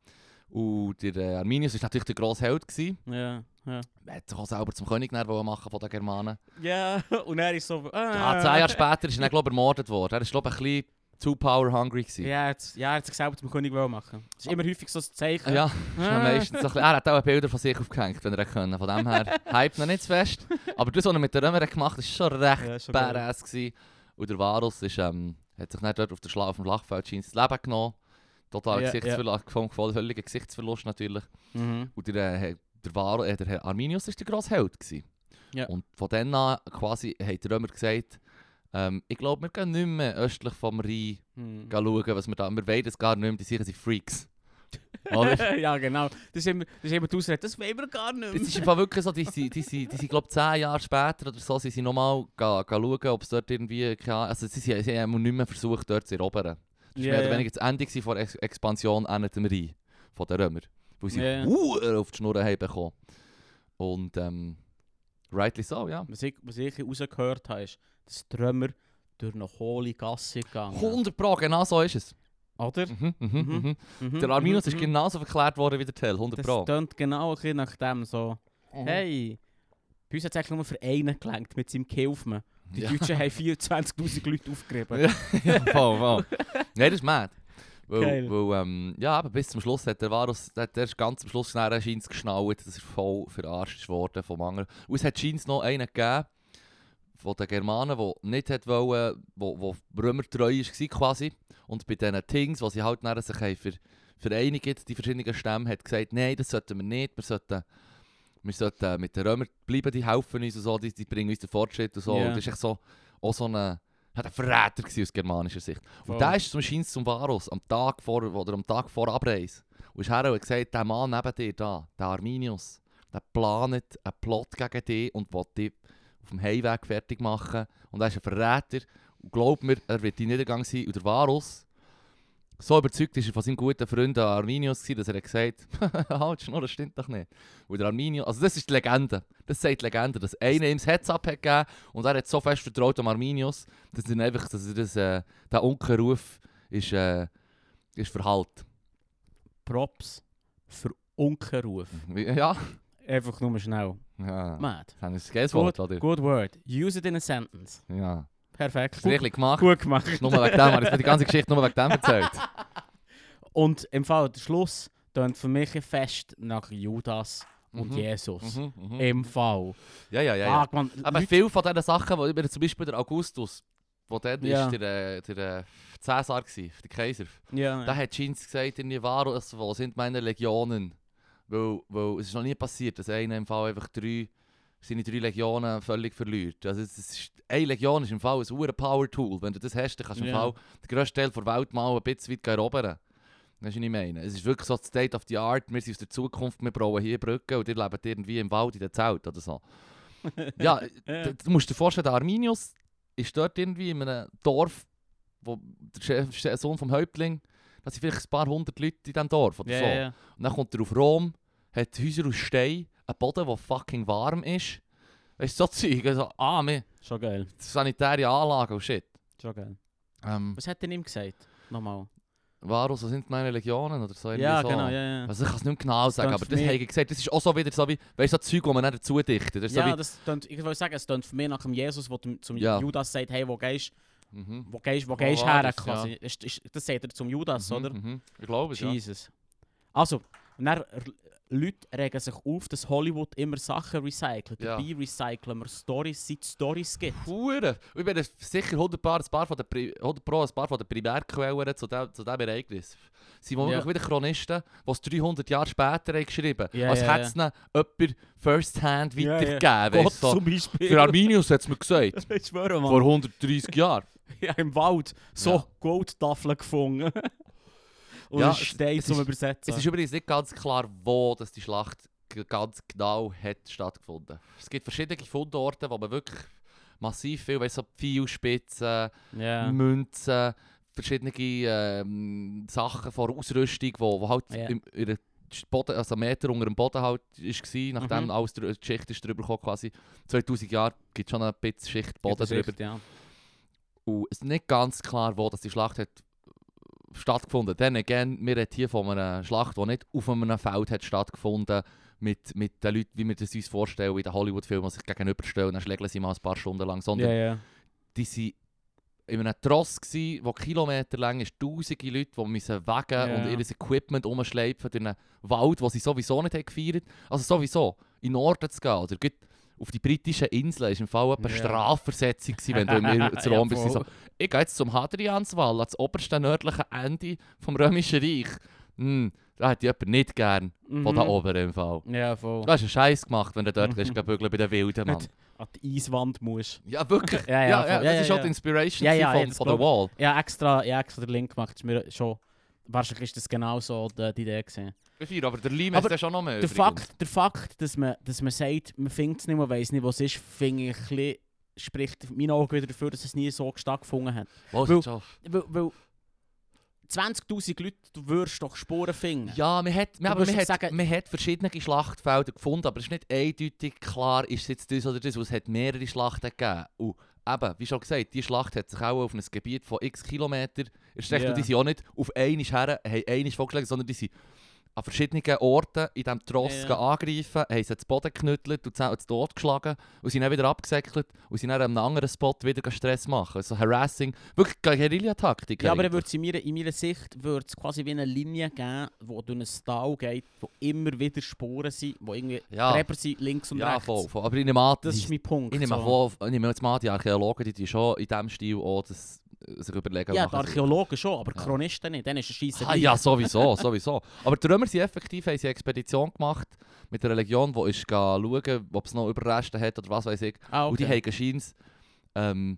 Speaker 2: Und der äh, Arminius war natürlich der grosse Held. gewesen.
Speaker 1: Ja. Ja.
Speaker 2: Er hat sich auch selber zum König dann wollen machen von den Germanen.
Speaker 1: ja, und er ist so. Ah,
Speaker 2: Ja, zehn Jahre später ist er, glaube ich, ermordet worden. Er war, glaube ich, ein bisschen zu power-hungry. gewesen.
Speaker 1: Ja, er hat- ja, er hat sich selber zum König wollen machen. Das ist immer häufig so ein Zeichen.
Speaker 2: Ja, ist
Speaker 1: Ah.
Speaker 2: noch meistens so ein bisschen, er hat auch Bilder von sich aufgehängt, wenn er hätte können. Von dem eh, her, hype noch nicht zu fest. Aber das, was er mit den Römern gemacht hat, war schon recht
Speaker 1: Ja, ist schon geil.
Speaker 2: badass. Gewesen. Und der Varus ist, ähm, hat sich nicht dort auf, der Schla auf dem Schlachtfeld scheint das Leben genommen. Total
Speaker 1: Ja,
Speaker 2: Gesichtsverlust, vom völligen Gesichtsverlust natürlich.
Speaker 1: Mhm.
Speaker 2: Und der, äh, der, Var äh, der Herr Arminius war der grosse Held. Gewesen.
Speaker 1: Ja.
Speaker 2: Und von dann an quasi hat der Römer gesagt, ähm, ich glaube, wir gehen nicht mehr östlich vom Rhein
Speaker 1: Mhm.
Speaker 2: gehen schauen, was wir da... Wir wissen es gar nicht mehr, die sicher sind Freaks. Oder?
Speaker 1: ja, genau. Das ist immer, das ist immer die Ausrede. Das wollen wir gar nicht
Speaker 2: Das
Speaker 1: mehr.
Speaker 2: ist einfach wirklich so, die sind, die sind, die sind glaube ich, zehn Jahre später oder so, sind sie nochmal ga- ga schauen, ob es dort irgendwie... keine Ahnung- Also sie, sie, sie haben nicht mehr versucht, dort zu erobern. Das war
Speaker 1: Ja,
Speaker 2: mehr oder
Speaker 1: ja.
Speaker 2: weniger das Ende gewesen von der Ex Expansion an dem Rhein, von den Römern. Weil sie
Speaker 1: Ja, ja.
Speaker 2: yeah. auf die Schnur haben bekommen. Und ähm... Rightly so, ja.
Speaker 1: Was ich, was ich rausgehört habe, ist, dass die Römer durch eine hohle Gasse gegangen
Speaker 2: 100 Pro, genau so ist es.
Speaker 1: Oder?
Speaker 2: Mhm, mhm,
Speaker 1: Oh, Mhm.
Speaker 2: mhm.
Speaker 1: Mhm,
Speaker 2: Der Arminus
Speaker 1: mhm,
Speaker 2: ist
Speaker 1: mhm.
Speaker 2: genauso verklärt worden wie der Tell, 100
Speaker 1: Das
Speaker 2: Pro.
Speaker 1: tönt genau ein bisschen nach dem so. Hey, bei uns hat es eigentlich nur für einen gelangt mit seinem Kaufmann. Die
Speaker 2: Ja.
Speaker 1: Deutschen haben 24'000 Leute aufgerieben.
Speaker 2: Ja. ja, voll, voll. Nein, das ist mad. Weil,
Speaker 1: Geil.
Speaker 2: weil ähm, ja, aber bis zum Schluss hat der Varus, der, der ist ganz am Schluss nachher scheint's geschnallt, dass er voll verarscht ist worden vom anderen. Und es hat scheint's noch einen gegeben, von den Germanen, der nicht hat wollen, wo, wo Römer treu war quasi. Und bei diesen Things, die sie halt nachher sich haben ver, vereinigt, die verschiedenen Stämme, hat gesagt, nein, das sollten wir nicht, wir sollten, wir sollten mit den Römern bleiben, die helfen uns und so, die, die bringen uns den Fortschritt und so.
Speaker 1: Ja.
Speaker 2: Und das ist echt so, auch so eine, hat ein Verräter gewesen aus germanischer Sicht.
Speaker 1: Voll.
Speaker 2: Und der ist zum Schein zum Varus am Tag vor, oder am Tag vor Abreise. Und ist her und hat gesagt, der Mann neben dir da, der Arminius, der planet einen Plot gegen dich und will dich auf dem Heimweg fertig machen. Und er ist ein Verräter. Und glaub mir, er wird dein Niedergang sein. Und der Varus so überzeugt ist er von seinem guten Freund Arminius, gewesen, dass er gesagt hat, halt, Schnur, das stimmt doch nicht. Und der Arminius, also das ist die Legende, das sagt die Legende, dass einer ihm das Heads-Up hat gegeben und er hat so fest vertraut am Arminius, dass er einfach, dass er das, äh, der Unkenruf ist, äh, ist verhallt.
Speaker 1: Props für Unkenruf.
Speaker 2: Ja,
Speaker 1: Einfach nur schnell.
Speaker 2: ja.
Speaker 1: Mad.
Speaker 2: Das haben wir das Geldwort, oder?
Speaker 1: nou. Good word. Use it in a sentence.
Speaker 2: Ja,
Speaker 1: Perfekt.
Speaker 2: das ist richtig gemacht.
Speaker 1: Gut gemacht.
Speaker 2: Nur wegen dem, er hat die ganze Geschichte nur wegen dem erzählt.
Speaker 1: Und im Fall der Schluss tönt für mich fest nach Judas und
Speaker 2: Mhm.
Speaker 1: Jesus.
Speaker 2: Mhm, mhm.
Speaker 1: Im Fall.
Speaker 2: Ja, ja, ja. ja.
Speaker 1: Eh, Ah, man,
Speaker 2: Aber
Speaker 1: Leute,
Speaker 2: viele von diesen Sachen, die über zum Beispiel der Augustus, wo dort
Speaker 1: Ja.
Speaker 2: ist der, äh, der äh, Cäsar war, der Kaiser,
Speaker 1: ja,
Speaker 2: da
Speaker 1: ja.
Speaker 2: hat Jeans gesagt, in Nivaro, das wo sind meine Legionen. Weil, weil es ist noch nie passiert, dass einer im Fall einfach drei, seine drei Legionen völlig verliert. Also es ist, eine Legion ist im Fall ein hoher Power-Tool. Wenn du das hast, dann kannst du im
Speaker 1: Ja.
Speaker 2: Fall den grössten Teil der Welt mal ein bisschen weit erobern. Weisst du, was ich meine? Es ist wirklich so das State of the Art. Wir sind aus der Zukunft, wir bauen hier Brücken und ihr lebt irgendwie im Wald in der Zelt oder so.
Speaker 1: Ja.
Speaker 2: ja, d- du musst dir vorstellen, der Arminius ist dort irgendwie in einem Dorf, wo der Chef, der Sohn vom Häuptling, da sind vielleicht ein paar hundert Leute in diesem Dorf oder
Speaker 1: Ja,
Speaker 2: so.
Speaker 1: ja, ja.
Speaker 2: Und dann kommt er auf Rom, hat Häuser aus Stein, einen Boden, der fucking warm ist. Weißt du, so Zeug, also arme
Speaker 1: Schon geil.
Speaker 2: sanitäre Anlagen und shit.
Speaker 1: Schon geil.
Speaker 2: Ähm,
Speaker 1: Was hat denn ihm gesagt? Nochmal.
Speaker 2: Varus, was sind meine Legionen oder so? irgendwie
Speaker 1: Ja,
Speaker 2: so.
Speaker 1: genau, ja, ja.
Speaker 2: Also ich kann es nicht mehr genau sagen,
Speaker 1: klingt
Speaker 2: aber
Speaker 1: für
Speaker 2: das
Speaker 1: mich-
Speaker 2: habe ich gesagt, das ist auch so wieder so wie, weißt du, so Zeug, das man dann dazu dichtet. Das ist
Speaker 1: ja,
Speaker 2: so
Speaker 1: das tönt, ich wollte sagen, es tönt für mich nach dem Jesus, der zum- zum
Speaker 2: Ja.
Speaker 1: Judas sagt, hey, wo gehst du
Speaker 2: wie, mhm.
Speaker 1: wo gehst, wo
Speaker 2: Wo
Speaker 1: gehst
Speaker 2: war
Speaker 1: her?
Speaker 2: das, ja.
Speaker 1: quasi. Ist- ist- Das sagt er zum Judas,
Speaker 2: mhm,
Speaker 1: oder?
Speaker 2: Mhm. Ich glaube es, ja.
Speaker 1: Jesus. Also, und dann, r- Leute regen sich auf, dass Hollywood immer Sachen recycelt.
Speaker 2: Ja.
Speaker 1: Dabei recyceln wir Stories, seit es Stories gibt.
Speaker 2: Hure. Und Ich bin dus sicher 100 Paar, ein paar von der Pri 100 Pro, ein paar von der Primärquellen zu diesem zu dem Ereignis. Es sind womöglich
Speaker 1: Ja.
Speaker 2: wieder Chronisten, die es 300 Jahre später haben geschrieben haben.
Speaker 1: Ja,
Speaker 2: als
Speaker 1: ja,
Speaker 2: hätte es ihnen jemand firsthand
Speaker 1: Ja, ja.
Speaker 2: weitergegeben.
Speaker 1: Gott
Speaker 2: weißt du, so.
Speaker 1: zum Beispiel.
Speaker 2: Für Arminius hat es mir gesagt,
Speaker 1: ich schwöre,
Speaker 2: vor
Speaker 1: Mann.
Speaker 2: 130 Jahren.
Speaker 1: Ich habe im Wald so
Speaker 2: Ja.
Speaker 1: Goldtafeln gefunden. Und
Speaker 2: Ja,
Speaker 1: ein
Speaker 2: es-
Speaker 1: Stein
Speaker 2: es
Speaker 1: zum
Speaker 2: ist-
Speaker 1: Übersetzen.
Speaker 2: Es ist übrigens nicht ganz klar, wo dass die Schlacht g- ganz genau hat stattgefunden Es gibt verschiedene Fundorte, wo man wirklich massiv viel, weißt du, so Pfeilspitzen,
Speaker 1: ja.
Speaker 2: Münzen, verschiedene ähm, Sachen von der Ausrüstung, wo, wo halt
Speaker 1: Ja.
Speaker 2: im, in der Sch- Boden, also Meter unter dem Boden halt ist gsi, nachdem
Speaker 1: Mhm.
Speaker 2: alles drü- die Schicht ist drüber gekommen quasi. 2000 Jahre gibt schon eine bisschen Schicht Boden
Speaker 1: Gibt es
Speaker 2: drüber.
Speaker 1: echt, Ja.
Speaker 2: Und es ist nicht ganz klar, wo dass die Schlacht hat äh, stattgefunden. Dann again, wir reden hier von einer Schlacht, die nicht auf einem Feld hat stattgefunden mit, mit den Leuten, wie wir das uns vorstellen, in den Hollywood-Filmen, die sich gegenüberstellen und dann schlägeln sie mal ein paar Stunden lang, sondern
Speaker 1: Ja, ja.
Speaker 2: die waren in einem Tross, gsi, der Kilometer lang ist, tausende Leute, die müssen wegen
Speaker 1: Ja.
Speaker 2: und ihr Equipment rumschleifen durch einen Wald, den sie sowieso nicht haben gefeiert Also sowieso, in den Norden zu gehen oder gut auf die britischen Inseln ist im Fall etwa
Speaker 1: Ja.
Speaker 2: Strafversetzung gewesen, wenn du in mir zu Rom bist.
Speaker 1: Ja,
Speaker 2: Sie so,
Speaker 1: voll.
Speaker 2: ich gehe jetzt zum Hadrianswall, ans oberste nördliche Ende vom Römischen Reich. Hm, da hätte jemand nicht gern von da
Speaker 1: Mhm.
Speaker 2: oben im Fall.
Speaker 1: Ja, voll.
Speaker 2: Du hast einen Scheiß gemacht, wenn du dort gehst, bügeln bei den Wilden, Mann.
Speaker 1: Nicht- An die Eiswand musst.
Speaker 2: Ja, wirklich.
Speaker 1: Ja, ja,
Speaker 2: ja,
Speaker 1: voll.
Speaker 2: ja,
Speaker 1: Ja,
Speaker 2: das ist
Speaker 1: ja,
Speaker 2: auch die
Speaker 1: ja.
Speaker 2: Inspiration
Speaker 1: Ja, ja,
Speaker 2: von,
Speaker 1: ja, das
Speaker 2: von The
Speaker 1: glaub ich.
Speaker 2: Wall.
Speaker 1: Ich habe extra, ich habe extra den Link gemacht. Das ist mir schon, wahrscheinlich ist das dus genau so die, die Idee gewesen.
Speaker 2: Vier, aber der Leim
Speaker 1: Aber
Speaker 2: ist ja schon noch mehr.
Speaker 1: Der
Speaker 2: übrigens.
Speaker 1: Fakt, der Fakt, dass man, dass man sagt, man findet es nicht mehr, weiss nicht, was es ist, finde ich ein bisschen, spricht in meinen Augen wieder dafür, dass es nie so stattgefunden hat.
Speaker 2: Was
Speaker 1: Weil-
Speaker 2: ist schon-
Speaker 1: Weil, weil 20'000 Leute, du würdest doch Spuren finden.
Speaker 2: Ja, man hat,
Speaker 1: Du
Speaker 2: man, aber
Speaker 1: musst
Speaker 2: man, hat,
Speaker 1: sagen-
Speaker 2: man hat verschiedene Schlachtfelder gefunden, aber es ist nicht eindeutig klar, ist es jetzt das oder das, weil es hat mehrere Schlachten gegeben. Und eben, wie schon gesagt, die Schlacht hat sich auch auf ein Gebiet von x Kilometern erstreckt
Speaker 1: Ja.
Speaker 2: und die sind auch nicht auf einmal her, haben einmal vorgeschlagen, sondern die sind an verschiedenen Orten in diesem Tross
Speaker 1: Ja.
Speaker 2: yeah. angreifen, haben sie zu Boden geknüttelt und zu zu Tod geschlagen und sind dann wieder abgesäckelt und sind dann an einem anderen Spot wieder Stress machen. Also Harassing, wirklich Guerillataktik.
Speaker 1: Ja, aber dann
Speaker 2: eigentlich.
Speaker 1: würd's in, meiner, in meiner Sicht würde es quasi wie eine Linie geben, die durch ein Tal geht, wo immer wieder Spuren sind, wo irgendwie
Speaker 2: Ja.
Speaker 1: Gräber sind, links und
Speaker 2: ja,
Speaker 1: rechts.
Speaker 2: voll, voll. Aber in einem Art,
Speaker 1: Das ist mein Punkt.
Speaker 2: Ich nehme,
Speaker 1: so.
Speaker 2: so. ich nehme jetzt mal an, die Archäologen, die, die schon in diesem Stil auch das, äh, sich überlegen.
Speaker 1: Ja,
Speaker 2: machen
Speaker 1: die
Speaker 2: sie-
Speaker 1: Archäologen schon, aber
Speaker 2: Ja.
Speaker 1: Chronisten nicht. Dann ist es scheisse.
Speaker 2: Ah, ja, sowieso, sowieso. Aber die Römer sind effektiv, haben sie eine Expedition gemacht mit einer Legion, die ist schauen, ob es noch Überreste hat oder was weiß ich.
Speaker 1: Ah, okay.
Speaker 2: Und die haben scheins, ähm,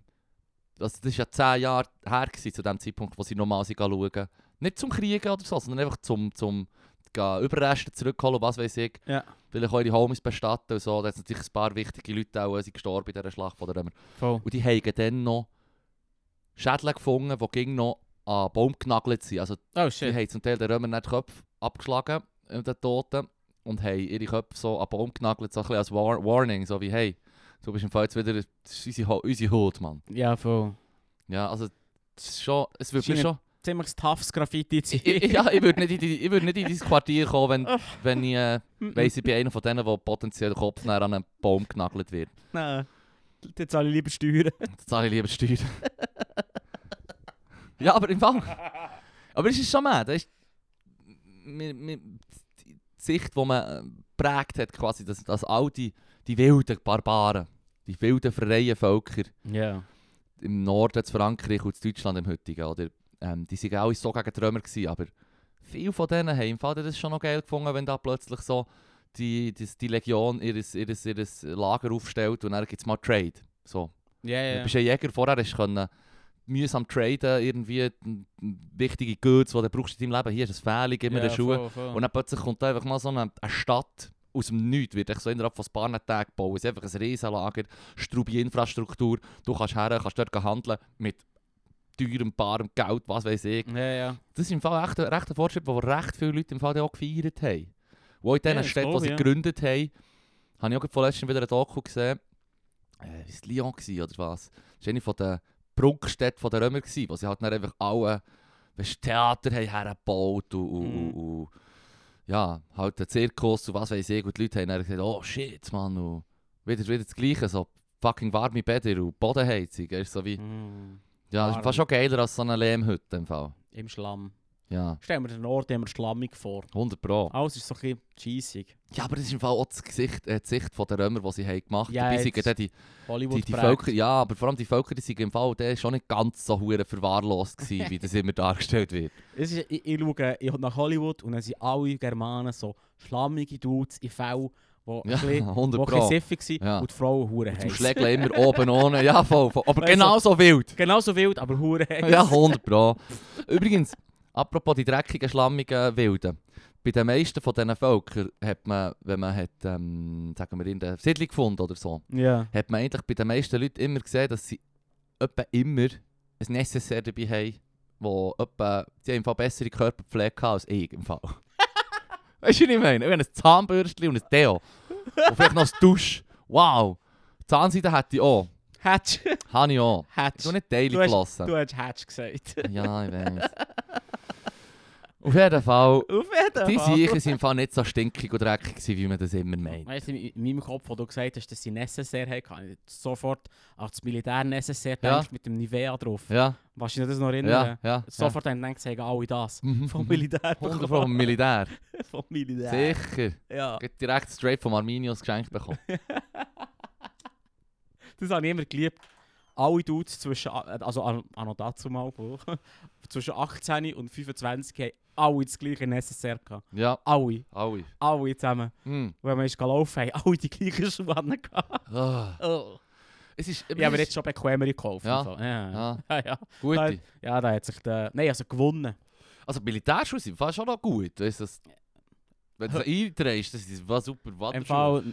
Speaker 2: also das ist ja zehn Jahre her gewesen, zu dem Zeitpunkt, wo sie normal sind gehen schauen. Nicht zum Kriegen oder so, sondern einfach zum, zum gehen Überreste zurückholen und was weiß ich.
Speaker 1: Ja.
Speaker 2: Vielleicht auch ihre Homies bestatten und so. Da sind natürlich ein paar wichtige Leute auch äh, sind gestorben in dieser Schlacht von den Römern.
Speaker 1: Voll.
Speaker 2: Und die haben dann noch Schädel gefunden, die ging noch an Baum genagelt sind. Also
Speaker 1: Oh
Speaker 2: die
Speaker 1: shit.
Speaker 2: haben zum Teil den Römer nicht die Köpfe abgeschlagen, äh, den Toten, und haben ihre Köpfe so an den Baum genagelt, so ein bisschen als War Warning, so wie hey, du bist im Fall jetzt wieder, das ist unsere, Ho- unsere Haut, Mann.
Speaker 1: Ja, voll.
Speaker 2: Ja, also das ist schon, es würde mir
Speaker 1: Scheint-
Speaker 2: schon...
Speaker 1: Ziemlich toughes Graffiti zu
Speaker 2: Ich- ich- ja, ich würde nicht, in die- ich würd nicht in dein Quartier kommen, wenn, wenn ich äh,
Speaker 1: Mhm.
Speaker 2: weiss, ich bin einer von denen, der potenziell den Kopf näher an einen Baum genagelt wird.
Speaker 1: Nein. Jetzt zahle ich lieber Steuern.
Speaker 2: Dann zahle ich lieber Steuern. ja, aber im Fall. Aber es ist schon mad. Das ist mir, mir, die Sicht, die man äh, geprägt hat, quasi, dass, dass all die, die wilden Barbaren, die wilden freien Völker
Speaker 1: Ja.
Speaker 2: im Norden zu Frankreich und zu Deutschland im heutigen, oder, ähm, die waren alle so gegen die Römer, gewesen, aber viele von denen haben im Fall das schon noch geil gefunden, wenn da plötzlich so die, die, die Legion ihr ihres, ihres Lager aufstellt und dann gibt es mal Trade. So.
Speaker 1: Ja,
Speaker 2: Du
Speaker 1: ja.
Speaker 2: bist ein Jäger, vorher hast du können mühsam traden, irgendwie die- die wichtige Goods, die du brauchst in deinem Leben. Hier ist ein Fehling, gib mir den Schuh. Und dann plötzlich kommt da einfach mal so eine, eine Stadt aus dem Nichts, wird echt so innerhalb von ein paar Tagen gebaut. Es ist einfach ein Riesenlager, strube Infrastruktur, du kannst her, kannst dort handeln mit teurem, barem Geld, was weiß ich.
Speaker 1: Ja, ja.
Speaker 2: Das ist im Fall echt, ein- recht ein Fortschritt, den recht viele Leute im Fall dann auch gefeiert haben. Wo in diesen
Speaker 1: Ja, das
Speaker 2: Städten, die
Speaker 1: glaube
Speaker 2: sie
Speaker 1: ich, ja.
Speaker 2: gegründet haben, habe ich auch gerade vorletztens wieder ein Doku gesehen. Äh, ist Lyon gewesen, oder was? Das war eine von den Prunkstädten der Römer, gewesen, wo sie halt dann einfach alle weißt, Theater haben hergebaut und, und,
Speaker 1: Mhm.
Speaker 2: und, und ja, halt den Zirkus und was weiß ich. Und die Leute haben dann gesagt, oh shit, Mann, und wieder, wieder das Gleiche, so fucking warme Bäder und Bodenheizung. Ist so wie,
Speaker 1: Mm.
Speaker 2: ja, das ist
Speaker 1: Warm.
Speaker 2: fast schon geiler als so eine Lehmhütte im Fall.
Speaker 1: Im Schlamm.
Speaker 2: Ja,
Speaker 1: Stell mir den Ort immer schlammig vor.
Speaker 2: 100 pro.
Speaker 1: Alles ist so ein bisschen cheesig.
Speaker 2: Ja, aber das ist im Fall auch das Gesicht, äh, die Sicht von der Römer, die sie haben gemacht haben.
Speaker 1: Ja,
Speaker 2: Dabei
Speaker 1: jetzt-
Speaker 2: sind dann die,
Speaker 1: Hollywood
Speaker 2: die, die Völker, ja, aber vor allem die Völker, die sind im Fall der schon nicht ganz so hure verwahrlost gewesen, wie das immer dargestellt wird.
Speaker 1: Es ist, ich, ich schaue ich, nach Hollywood und dann sind alle Germanen so schlammige Dudes in Fell, die ein
Speaker 2: Ja,
Speaker 1: bisschen-
Speaker 2: 100
Speaker 1: die ein bisschen
Speaker 2: pro.
Speaker 1: siffig sind
Speaker 2: Ja.
Speaker 1: und die Frauen hure
Speaker 2: Zum
Speaker 1: heiß.
Speaker 2: Schlägeln immer oben ohne. Ja, voll, voll. aber
Speaker 1: Weißt du-
Speaker 2: genauso wild.
Speaker 1: Genauso wild, aber hure heiß.
Speaker 2: Ja, 100 pro. Übrigens, apropos die dreckigen, schlammigen Wilden. Bei den meisten von diesen Völkern hat man, wenn man hat, ähm, sagen wir, in der Siedlung gefunden oder so,
Speaker 1: Ja.
Speaker 2: hat man eigentlich bei den meisten Leuten immer gesehen, dass sie etwa immer ein Necessaire dabei haben, wo etwa, sie haben im Fall bessere Körperpflege gehabt als ich im Fall. weißt du, was ich meine? Ich habe ein Zahnbürstchen und ein Deo. Und vielleicht noch ein Dusch. Wow! Zahnseide hätte ich auch.
Speaker 1: Hatch.
Speaker 2: Habe ich auch.
Speaker 1: Hatch.
Speaker 2: Du nicht Daily
Speaker 1: Du hast-
Speaker 2: gelassen.
Speaker 1: Du hast Hatch gesagt.
Speaker 2: Ja, ich weiß. Auf jeden Fall,
Speaker 1: Auf jeden
Speaker 2: die
Speaker 1: Fall.
Speaker 2: Siechen sind im Fall nicht so stinkig und dreckig, gewesen, wie man das immer meint.
Speaker 1: Weißt du, in in meinem Kopf, wo du gesagt hast, dass sie necessaire hatten, habe ich sofort an das Militär necessaire
Speaker 2: Ja.
Speaker 1: gedacht mit dem Nivea drauf.
Speaker 2: Ja,
Speaker 1: Was ich das noch erinnern?
Speaker 2: ja, ja.
Speaker 1: Sofort haben gedacht, sie haben alle das.
Speaker 2: ja. Mhm,
Speaker 1: Vom
Speaker 2: mhm.
Speaker 1: Militär.
Speaker 2: Hunde vom Militär.
Speaker 1: bekommen. Vom Militär.
Speaker 2: Sicher.
Speaker 1: Ja.
Speaker 2: Geht direkt straight vom Arminius geschenkt bekommen.
Speaker 1: Das habe ich immer geliebt. Alle Dudes zwischen, also an, an und dazu mal, wo- zwischen 18 und 25 haben alle das gleiche Necessaire gehabt.
Speaker 2: Ja,
Speaker 1: Alle,
Speaker 2: alle.
Speaker 1: alle zusammen.
Speaker 2: Mm.
Speaker 1: Und Wenn man ist gelaufen, haben alle die gleichen Schuhe gehabt.
Speaker 2: Ah.
Speaker 1: Oh.
Speaker 2: Es ist.
Speaker 1: Ich habe mir jetzt schon bequemere gekauft.
Speaker 2: Ja.
Speaker 1: und So. Ja. Ja.
Speaker 2: Ja,
Speaker 1: Ja, ja.
Speaker 2: gute.
Speaker 1: ja, da hat sich der... Nein, also gewonnen.
Speaker 2: Also, Militärschuhe sind fast schon noch gut. Weißt, du, das, wenn du sie einträgst, das ist was super. Was
Speaker 1: Im Fall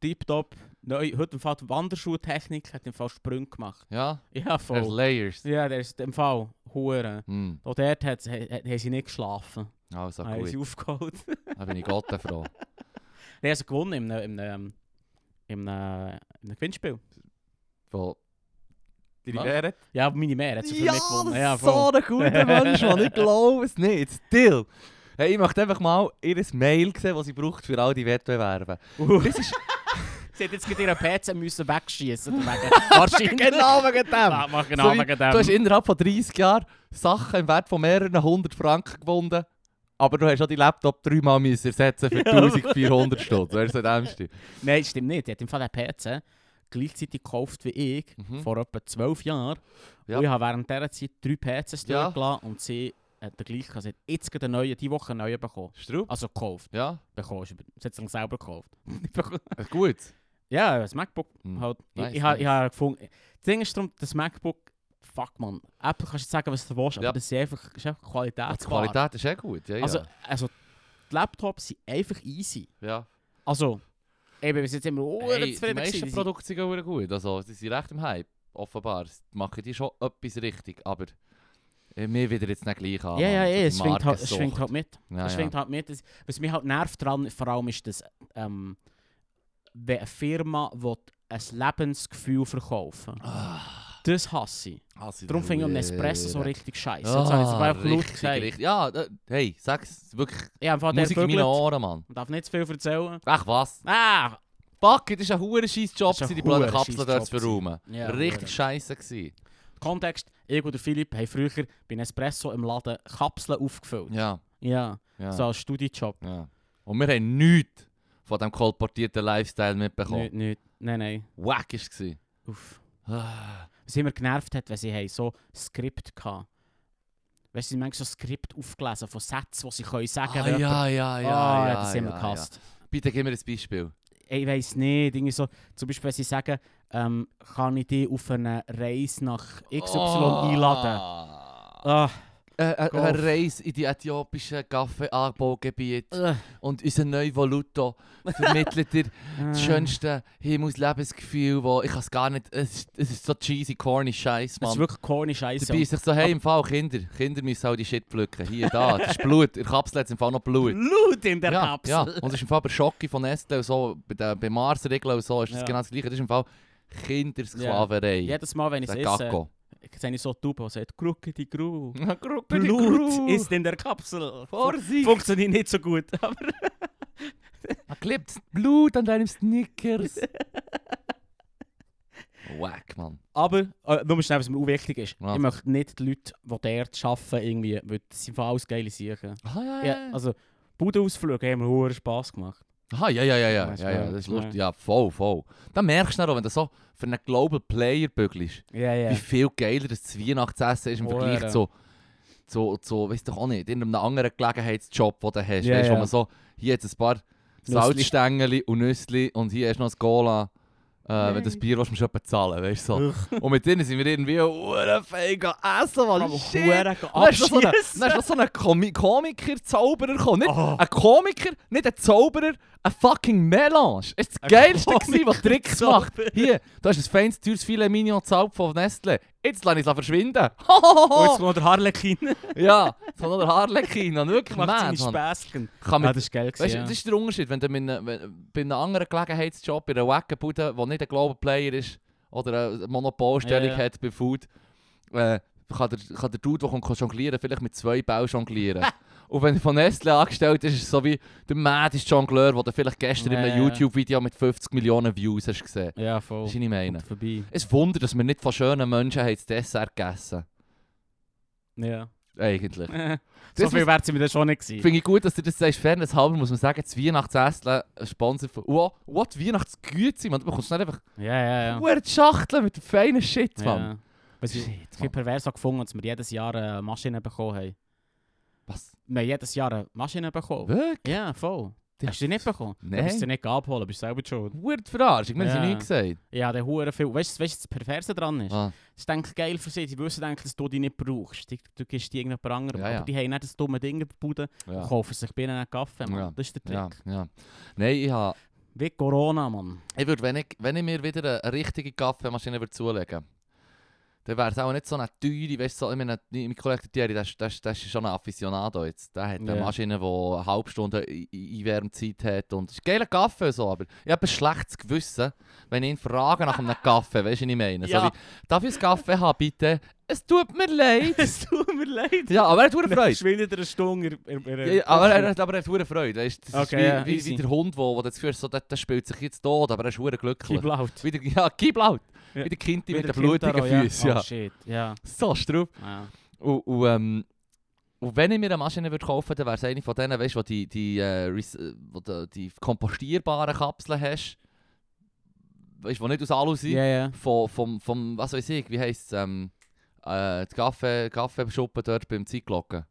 Speaker 1: tiptop. Neu, heute im Fall die Wanderschuhtechnik hat im Fall Sprünge gemacht.
Speaker 2: Ja,
Speaker 1: Ja,
Speaker 2: there's
Speaker 1: voll.
Speaker 2: Layers.
Speaker 1: Ja, der ist im Fall hure.
Speaker 2: Mm.
Speaker 1: Auch dort hat, hat, hat, haben sie nicht geschlafen.
Speaker 2: Also,
Speaker 1: haben
Speaker 2: gut.
Speaker 1: sie aufgeholt.
Speaker 2: Da bin ich Gott froh.
Speaker 1: Der hat gewonnen in einem, in einem, in einem, in einem Gewinnspiel.
Speaker 2: Von.
Speaker 1: Was? Ja, meine Mehr hat sie für
Speaker 2: Ja,
Speaker 1: mich gewonnen.
Speaker 2: das
Speaker 1: Ja,
Speaker 2: ist so
Speaker 1: voll.
Speaker 2: ein guter Mensch, Mann. Ich glaube es nicht. Still. Hey, ich möchte einfach mal ihr Mail sehen, das sie braucht für all die Wettbewerbe. Das ist
Speaker 1: sie hat jetzt gerade ihren PC müssen wegschießen. Wahrscheinlich.
Speaker 2: genau wegen dem.
Speaker 1: Ja, mach genau
Speaker 2: So wie-
Speaker 1: wegen dem.
Speaker 2: Du hast innerhalb von 30 Jahren Sachen im Wert von mehreren hundert Franken gewonnen, aber du hast auch die Laptop dreimal müssen ersetzen für
Speaker 1: Ja.
Speaker 2: 1400 Stunden. Wer ist der Dämste?
Speaker 1: Nein, stimmt nicht. Er hat im Fall den PC gleichzeitig gekauft wie ich,
Speaker 2: Mhm.
Speaker 1: vor etwa 12 Jahren.
Speaker 2: Ja.
Speaker 1: Und ich habe während dieser Zeit drei PCs
Speaker 2: Ja.
Speaker 1: durchgelassen und sie hat den gleichen, also hat jetzt gerade einen neuen, diese Woche einen neuen bekommen.
Speaker 2: Strupp?
Speaker 1: Also gekauft.
Speaker 2: Ja,
Speaker 1: Bekommen. Sie hat es dann selber gekauft.
Speaker 2: äh, gut.
Speaker 1: ja, das MacBook
Speaker 2: Hm.
Speaker 1: halt.
Speaker 2: Nice,
Speaker 1: ich ich, habe- ich
Speaker 2: nice.
Speaker 1: habe gefunden. Das Ding ist darum, das MacBook, fuck man, Apple kannst du sagen, was du willst,
Speaker 2: Ja.
Speaker 1: aber das ist einfach, das ist einfach Qualität.
Speaker 2: Die Qualität ist eh gut. Ja, ja.
Speaker 1: Also, also die Laptops sind einfach easy.
Speaker 2: ja.
Speaker 1: Also, eben, wir sind jetzt immer
Speaker 2: Hey,
Speaker 1: hey,
Speaker 2: die
Speaker 1: zufrieden gewesen.
Speaker 2: meisten
Speaker 1: Die sind-
Speaker 2: Produkte sind auch gut. Also, sie sind recht im Hype, offenbar. Sie machen die schon etwas richtig, aber Äh, Mir wieder jetzt nicht gleich an.
Speaker 1: ja, ja,
Speaker 2: Ah, Mann,
Speaker 1: ja,
Speaker 2: die
Speaker 1: es schwingt halt, es
Speaker 2: Markensucht.
Speaker 1: schwingt halt mit.
Speaker 2: Ja,
Speaker 1: Das
Speaker 2: ja.
Speaker 1: schwingt halt mit. Das- Was mich halt nervt daran vor allem ist, dass ähm, wenn eine Firma will ein Lebensgefühl verkaufen
Speaker 2: Ah.
Speaker 1: das hasse ich.
Speaker 2: Hasse
Speaker 1: Darum
Speaker 2: den
Speaker 1: finde ich einen
Speaker 2: Huren.
Speaker 1: Espresso um so richtig scheiße.
Speaker 2: Ah,
Speaker 1: Jetzt habe ich es einfach laut
Speaker 2: richtig,
Speaker 1: gesagt.
Speaker 2: richtig. Ja, da- hey, sag's wirklich.
Speaker 1: Ich habe einfach
Speaker 2: Musik in meinen Ohren, Mann.
Speaker 1: Man darf nicht zu viel erzählen.
Speaker 2: Ach was?
Speaker 1: Ah!
Speaker 2: Fuck, das ist ein hoher scheiß Job,
Speaker 1: Das ist ein
Speaker 2: die blöde
Speaker 1: hoher
Speaker 2: Kapsel
Speaker 1: scheiß
Speaker 2: dort
Speaker 1: Job
Speaker 2: zu verräumen.
Speaker 1: Ja,
Speaker 2: Richtig
Speaker 1: hure.
Speaker 2: scheiße gewesen.
Speaker 1: Kontext. Ich oder Philipp haben früher bei Espresso im Laden Kapseln aufgefüllt.
Speaker 2: Ja,
Speaker 1: Ja.
Speaker 2: ja,
Speaker 1: So als Studijob.
Speaker 2: ja. Und wir haben nichts von diesem kolportierten Lifestyle mitbekommen.
Speaker 1: Nicht, nicht. Nein, nein.
Speaker 2: Wack war es.
Speaker 1: Uff.
Speaker 2: Ah,
Speaker 1: Was immer genervt hat, wenn sie haben so Skript hatten. Weißt du, sie haben manchmal so Skript aufgelesen von Sätzen, die sie können sagen
Speaker 2: ah,
Speaker 1: wenn jemand-
Speaker 2: ja, ja, ja,
Speaker 1: Ah,
Speaker 2: ja,
Speaker 1: das
Speaker 2: ja,
Speaker 1: haben wir
Speaker 2: ja.
Speaker 1: gehasst.
Speaker 2: Bitte gib mir ein Beispiel.
Speaker 1: Ich weiß nicht, irgendwie so, zum Beispiel, wenn sie sagen, ähm, kann ich dich auf eine Reise nach XY einladen?
Speaker 2: Ah.
Speaker 1: Ah,
Speaker 2: Äh, äh,
Speaker 1: Golf.
Speaker 2: eine Reise in die äthiopischen Kaffeeanbaugebiete
Speaker 1: äh,
Speaker 2: und unser neuer Voluto vermittelt dir
Speaker 1: äh.
Speaker 2: das schönste Himmelslebensgefühl, wo ich kann es gar nicht. Es ist, es ist so cheesy, corny Scheiß,
Speaker 1: Das ist
Speaker 2: Mann.
Speaker 1: wirklich corny Scheiße.
Speaker 2: Dabei ist sich so, hey, im Fall Kinder, Kinder müssen auch die Shit pflücken. Hier, da, das ist Blut. In der Kapsel hat im Fall noch Blut.
Speaker 1: Blut in der
Speaker 2: ja,
Speaker 1: Kapsel.
Speaker 2: ja, und es ist im Fall bei Schocke von Nestle und so, bei, der, bei Mars-Regeln und so, ist das
Speaker 1: Ja.
Speaker 2: genau das Gleiche. Das ist im Fall Kindersklaverei.
Speaker 1: Jedes Mal, wenn ich
Speaker 2: Das
Speaker 1: es
Speaker 2: ist
Speaker 1: esse,
Speaker 2: Gacko.
Speaker 1: sehe ich so Tauben, die sagt, «Grucke die Gru».
Speaker 2: Blut
Speaker 1: Blut ist in der Kapsel.
Speaker 2: Vorsicht!
Speaker 1: Funktioniert nicht so gut, aber...
Speaker 2: Man klebt das Blut an deinem Snickers. Wack, Mann.
Speaker 1: Aber, äh, nur mal schnell, was mir auch wichtig ist.
Speaker 2: Was?
Speaker 1: Ich möchte nicht die Leute, die dort arbeiten, irgendwie, weil das sind von alles geile Sachen.
Speaker 2: Ah, ja,
Speaker 1: Ja, also, Budenausflüge haben mir hohen Spass gemacht.
Speaker 2: Aha, ja, ja, ja, ja,
Speaker 1: Weiss
Speaker 2: ja, ja,
Speaker 1: man.
Speaker 2: das ist lustig. Ja, voll, voll. Dann merkst du dann auch, wenn du so für einen Global Player bügelst,
Speaker 1: Ja, Oh,
Speaker 2: wie
Speaker 1: ja.
Speaker 2: viel geiler das zu Weihnachtsessen ist im
Speaker 1: Hure.
Speaker 2: Vergleich zu, zu, zu weißt doch auch nicht, irgendeinem anderen Gelegenheitsjob, den du hast.
Speaker 1: Ja,
Speaker 2: weißt du, wo
Speaker 1: ja.
Speaker 2: man so, hier jetzt ein paar Salzstängel und Nüssli und hier ist noch ein Cola. Äh, wenn du das
Speaker 1: Nein.
Speaker 2: Bier willst, musst du etwa zahlen, weißt du so. Und mit denen sind wir irgendwie hure fein gegangen essen, weil shit. Dann ist noch so ein- dann ist noch so ein Komi Komiker-Zauberer gekommen. Nicht
Speaker 1: Oh.
Speaker 2: ein Komiker, nicht ein Zauberer, ein fucking Melange. Das ist das Geilste, gewesen, was Tricks macht. Hier, du hast ein feines, teures Filet Mignon gezaubt von Nestle. Jetzt lass ich es verschwinden.
Speaker 1: Und Oh, jetzt kommt der Harlequin,
Speaker 2: ja, so noch der Harlequin. Und wirklich,
Speaker 1: macht
Speaker 2: man,
Speaker 1: seine
Speaker 2: Mann.
Speaker 1: Späßchen.
Speaker 2: Kann
Speaker 1: Ja,
Speaker 2: mit,
Speaker 1: das ist geil
Speaker 2: weißt,
Speaker 1: gewesen,
Speaker 2: du,
Speaker 1: ja.
Speaker 2: Das ist der Unterschied, wenn du mit einem, wenn, bei einem anderen Gelegenheitsjob, bei einer Wackenbude, der nicht ein Global Player ist oder eine Monopolstellung
Speaker 1: Ja, ja.
Speaker 2: hat bei Food, äh, kann, der, kann der Dude, der kommt jonglieren, vielleicht mit zwei Bällen jonglieren. Und wenn er von Nestle angestellt ist, ist es so wie der maddeste Jongleur, den du vielleicht gestern in
Speaker 1: Ja,
Speaker 2: einem
Speaker 1: ja.
Speaker 2: YouTube-Video mit 50 Millionen Views hast gesehen.
Speaker 1: Ja, voll.
Speaker 2: Das ist, was ich meine.
Speaker 1: Und vorbei.
Speaker 2: Es wundert, dass wir nicht von schönen Menschen haben das Dessert gegessen
Speaker 1: Ja.
Speaker 2: Eigentlich.
Speaker 1: so
Speaker 2: Das
Speaker 1: viel
Speaker 2: muss-
Speaker 1: wert sind wir dann schon nicht gewesen.
Speaker 2: Finde ich gut, dass du das sagst. Fairness halber muss man sagen, das Weihnachtsessen ein Sponsor von... Wow, what, Weihnachtsgüte, man. Du bekommst nicht einfach
Speaker 1: Ja, ja, ja.
Speaker 2: ja. die Schachtel mit dem feinen Shit, Mann.
Speaker 1: ja. Was ich
Speaker 2: Shit,
Speaker 1: ich habe pervers auch gefunden, dass wir jedes Jahr eine Maschine bekommen haben.
Speaker 2: Was?
Speaker 1: Wir haben jedes Jahr eine Maschine bekommen.
Speaker 2: Wirklich?
Speaker 1: Ja, voll.
Speaker 2: Ja.
Speaker 1: Hast du die nicht bekommen? Du
Speaker 2: Nein.
Speaker 1: bist sie nicht abholen, bist selber schuld.
Speaker 2: Weird verarscht, ich meine, sie
Speaker 1: Ja.
Speaker 2: nichts gesagt.
Speaker 1: Ja, der hure viel. Weißt du, weißt, du, was das Perverse dran ist?
Speaker 2: Ah,
Speaker 1: Das ist denke ich, geil für sie. Die wissen eigentlich, dass du die nicht brauchst. Die, du gibst die irgendjemand anderem.
Speaker 2: Ja, ja.
Speaker 1: Aber die haben nicht das dumme Ding in der Bude und
Speaker 2: ja.
Speaker 1: kaufen sich binnen einen Kaffee. Mann.
Speaker 2: Ja.
Speaker 1: Das ist der Trick.
Speaker 2: Ja, ja. Nein, ich, ha,
Speaker 1: Wie Corona, Mann.
Speaker 2: ich würde, wenn ich, wenn ich mir wieder eine richtige Kaffeemaschine würde zulegen dann wäre es auch nicht so eine teure, weißt du, so, ich meine, mein Kollege Thierry, das, ist- das, ist- das ist schon ein Afficionado jetzt. Der hat eine
Speaker 1: Ja.
Speaker 2: Maschine, die eine halbe Stunde I- I- Einwärmzeit hat und es ist geiler Kaffee und so, aber ich habe ein schlechtes Gewissen, wenn ich ihn frage nach einem Kaffee, weißt du, was ich meine? So
Speaker 1: Ja.
Speaker 2: wie, darf ich einen Kaffee haben, bitte? Es tut mir leid.
Speaker 1: Es tut mir leid.
Speaker 2: Ja, aber er hat verdammt Freude.
Speaker 1: Verschwindet er eine Stunde. in- in- in-
Speaker 2: Ja, oh, ja, aber er, hat- aber er hat verdammt Freude, weißt du? Das
Speaker 1: Okay,
Speaker 2: ist
Speaker 1: ja,
Speaker 2: wie, wie, wie
Speaker 1: easy.
Speaker 2: der Hund, wo, wo du das Gefühl hast, so, der, der spielt sich jetzt tot, aber er ist verdammt glücklich.
Speaker 1: Keep laut.
Speaker 2: Wie der, ja, gib laut.
Speaker 1: Ja.
Speaker 2: Wie der Kind
Speaker 1: Wie
Speaker 2: mit den
Speaker 1: der Kind
Speaker 2: blutigen
Speaker 1: da, ja.
Speaker 2: Füßen. Ja.
Speaker 1: Oh shit, ja.
Speaker 2: So straub.
Speaker 1: ja.
Speaker 2: Und, und, ähm, und wenn ich mir eine Maschine würde kaufen dann wäre es eine von denen, weißt du, wo die, die, äh, res- äh, wo du die kompostierbaren Kapseln hast. Weißt du, die nicht aus Alu sind.
Speaker 1: Ja, ja.
Speaker 2: Von, vom, vom, was weiß ich, wie heisst es? Ähm, äh, die Kaffee, Kaffeeschuppen dort beim Zeitglocken.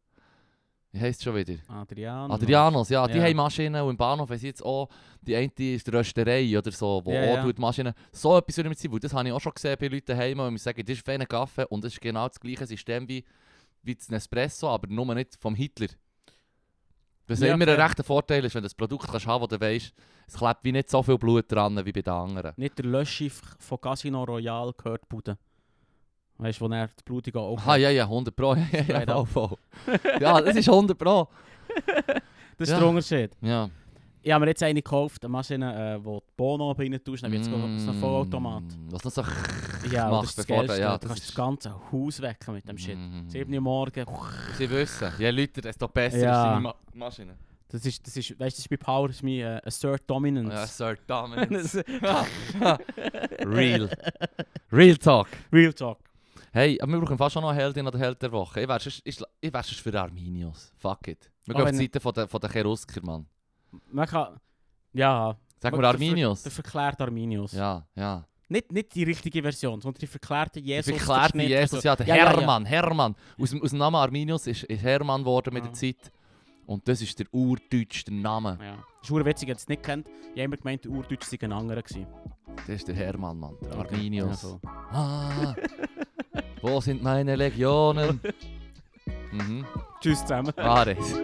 Speaker 2: Wie heisst es schon wieder?
Speaker 1: Adriano.
Speaker 2: Adrianos, Ah, ja, die
Speaker 1: Ja.
Speaker 2: haben Maschinen und im Bahnhof haben sie jetzt auch, die eine ist die Rösterei oder so, wo
Speaker 1: Ja,
Speaker 2: auch
Speaker 1: ja.
Speaker 2: tut Maschinen, so etwas würde mir sein, weil das habe ich auch schon gesehen bei Leuten daheim, und ich sagen, das ist feiner Kaffee und das ist genau das gleiche System wie, wie das Nespresso, aber nur nicht vom Hitler. Was
Speaker 1: Ja,
Speaker 2: immer ein
Speaker 1: fair.
Speaker 2: rechter Vorteil ist, wenn du das Produkt kannst haben, wo du weißt, es klebt wie nicht so viel Blut dran wie bei den anderen.
Speaker 1: Nicht der Löschschiff von Casino Royale gehört Bude. Weißt du, wo er die blutige Augen
Speaker 2: Aha, Ah, ja, ja, 100 Pro. Ja, ja,
Speaker 1: Straight
Speaker 2: ja,
Speaker 1: up.
Speaker 2: voll, voll. ja, das ist 100 Pro.
Speaker 1: Das ist
Speaker 2: ja.
Speaker 1: der Unterschied.
Speaker 2: Ja.
Speaker 1: Ich habe mir jetzt eine gekauft, eine Maschine, äh, wo die Bono rein tust, dann wird es mm. ein Vollautomat.
Speaker 2: Was noch so
Speaker 1: Ja,
Speaker 2: macht,
Speaker 1: und das ist das
Speaker 2: bevor der-
Speaker 1: Geilste.
Speaker 2: ja,
Speaker 1: du
Speaker 2: das
Speaker 1: kannst
Speaker 2: ist-
Speaker 1: das ganze Haus wecken mit dem Shit.
Speaker 2: Mm.
Speaker 1: 7 Uhr morgen, eh,
Speaker 2: Sie wissen, je Leute, desto besser
Speaker 1: Ja.
Speaker 2: ist deine Ma Maschine.
Speaker 1: das ist, das ist, weißt du, das ist bei Power, das ist mein äh, Assert Dominance. eh,
Speaker 2: Ja, Sir Dominance.
Speaker 1: Das ist-
Speaker 2: Real. Real Talk.
Speaker 1: Real Talk.
Speaker 2: Hey, aber wir brauchen fast schon noch eine Heldin oder Held der Woche. Ich wär's ich, ich wär's für Arminios. Fuck it. Wir
Speaker 1: Oh,
Speaker 2: gehen auf
Speaker 1: wenn-
Speaker 2: die Seite von der, von der Cherusker, Mann.
Speaker 1: Man kann, ja.
Speaker 2: Sag
Speaker 1: man-
Speaker 2: mal
Speaker 1: der
Speaker 2: Arminios.
Speaker 1: ver- Der verklärte Arminius.
Speaker 2: Ja, ja.
Speaker 1: Nicht, nicht die richtige Version, sondern die verklärte Jesus.
Speaker 2: Jesus verklärt mich
Speaker 1: Verschnitt und
Speaker 2: Jesus,
Speaker 1: so.
Speaker 2: ja, der Hermann, Hermann. Aus, dem- aus dem Namen Arminius ist, ist Hermann geworden mit
Speaker 1: Ah.
Speaker 2: der Zeit. Und das ist der urdeutschste Name.
Speaker 1: Ja. Das ist verdammt witzig, wenn ihr es nicht kennt. Ich habe immer gemeint, der Urdeutsch sei ein anderer gewesen.
Speaker 2: Das ist der Hermann, Mann. Der
Speaker 1: Okay.
Speaker 2: Arminius.
Speaker 1: Ja, voll.
Speaker 2: Ah, wo sind meine Legionen? mhm. Ah,
Speaker 1: Tschüss zusammen.
Speaker 2: Ares.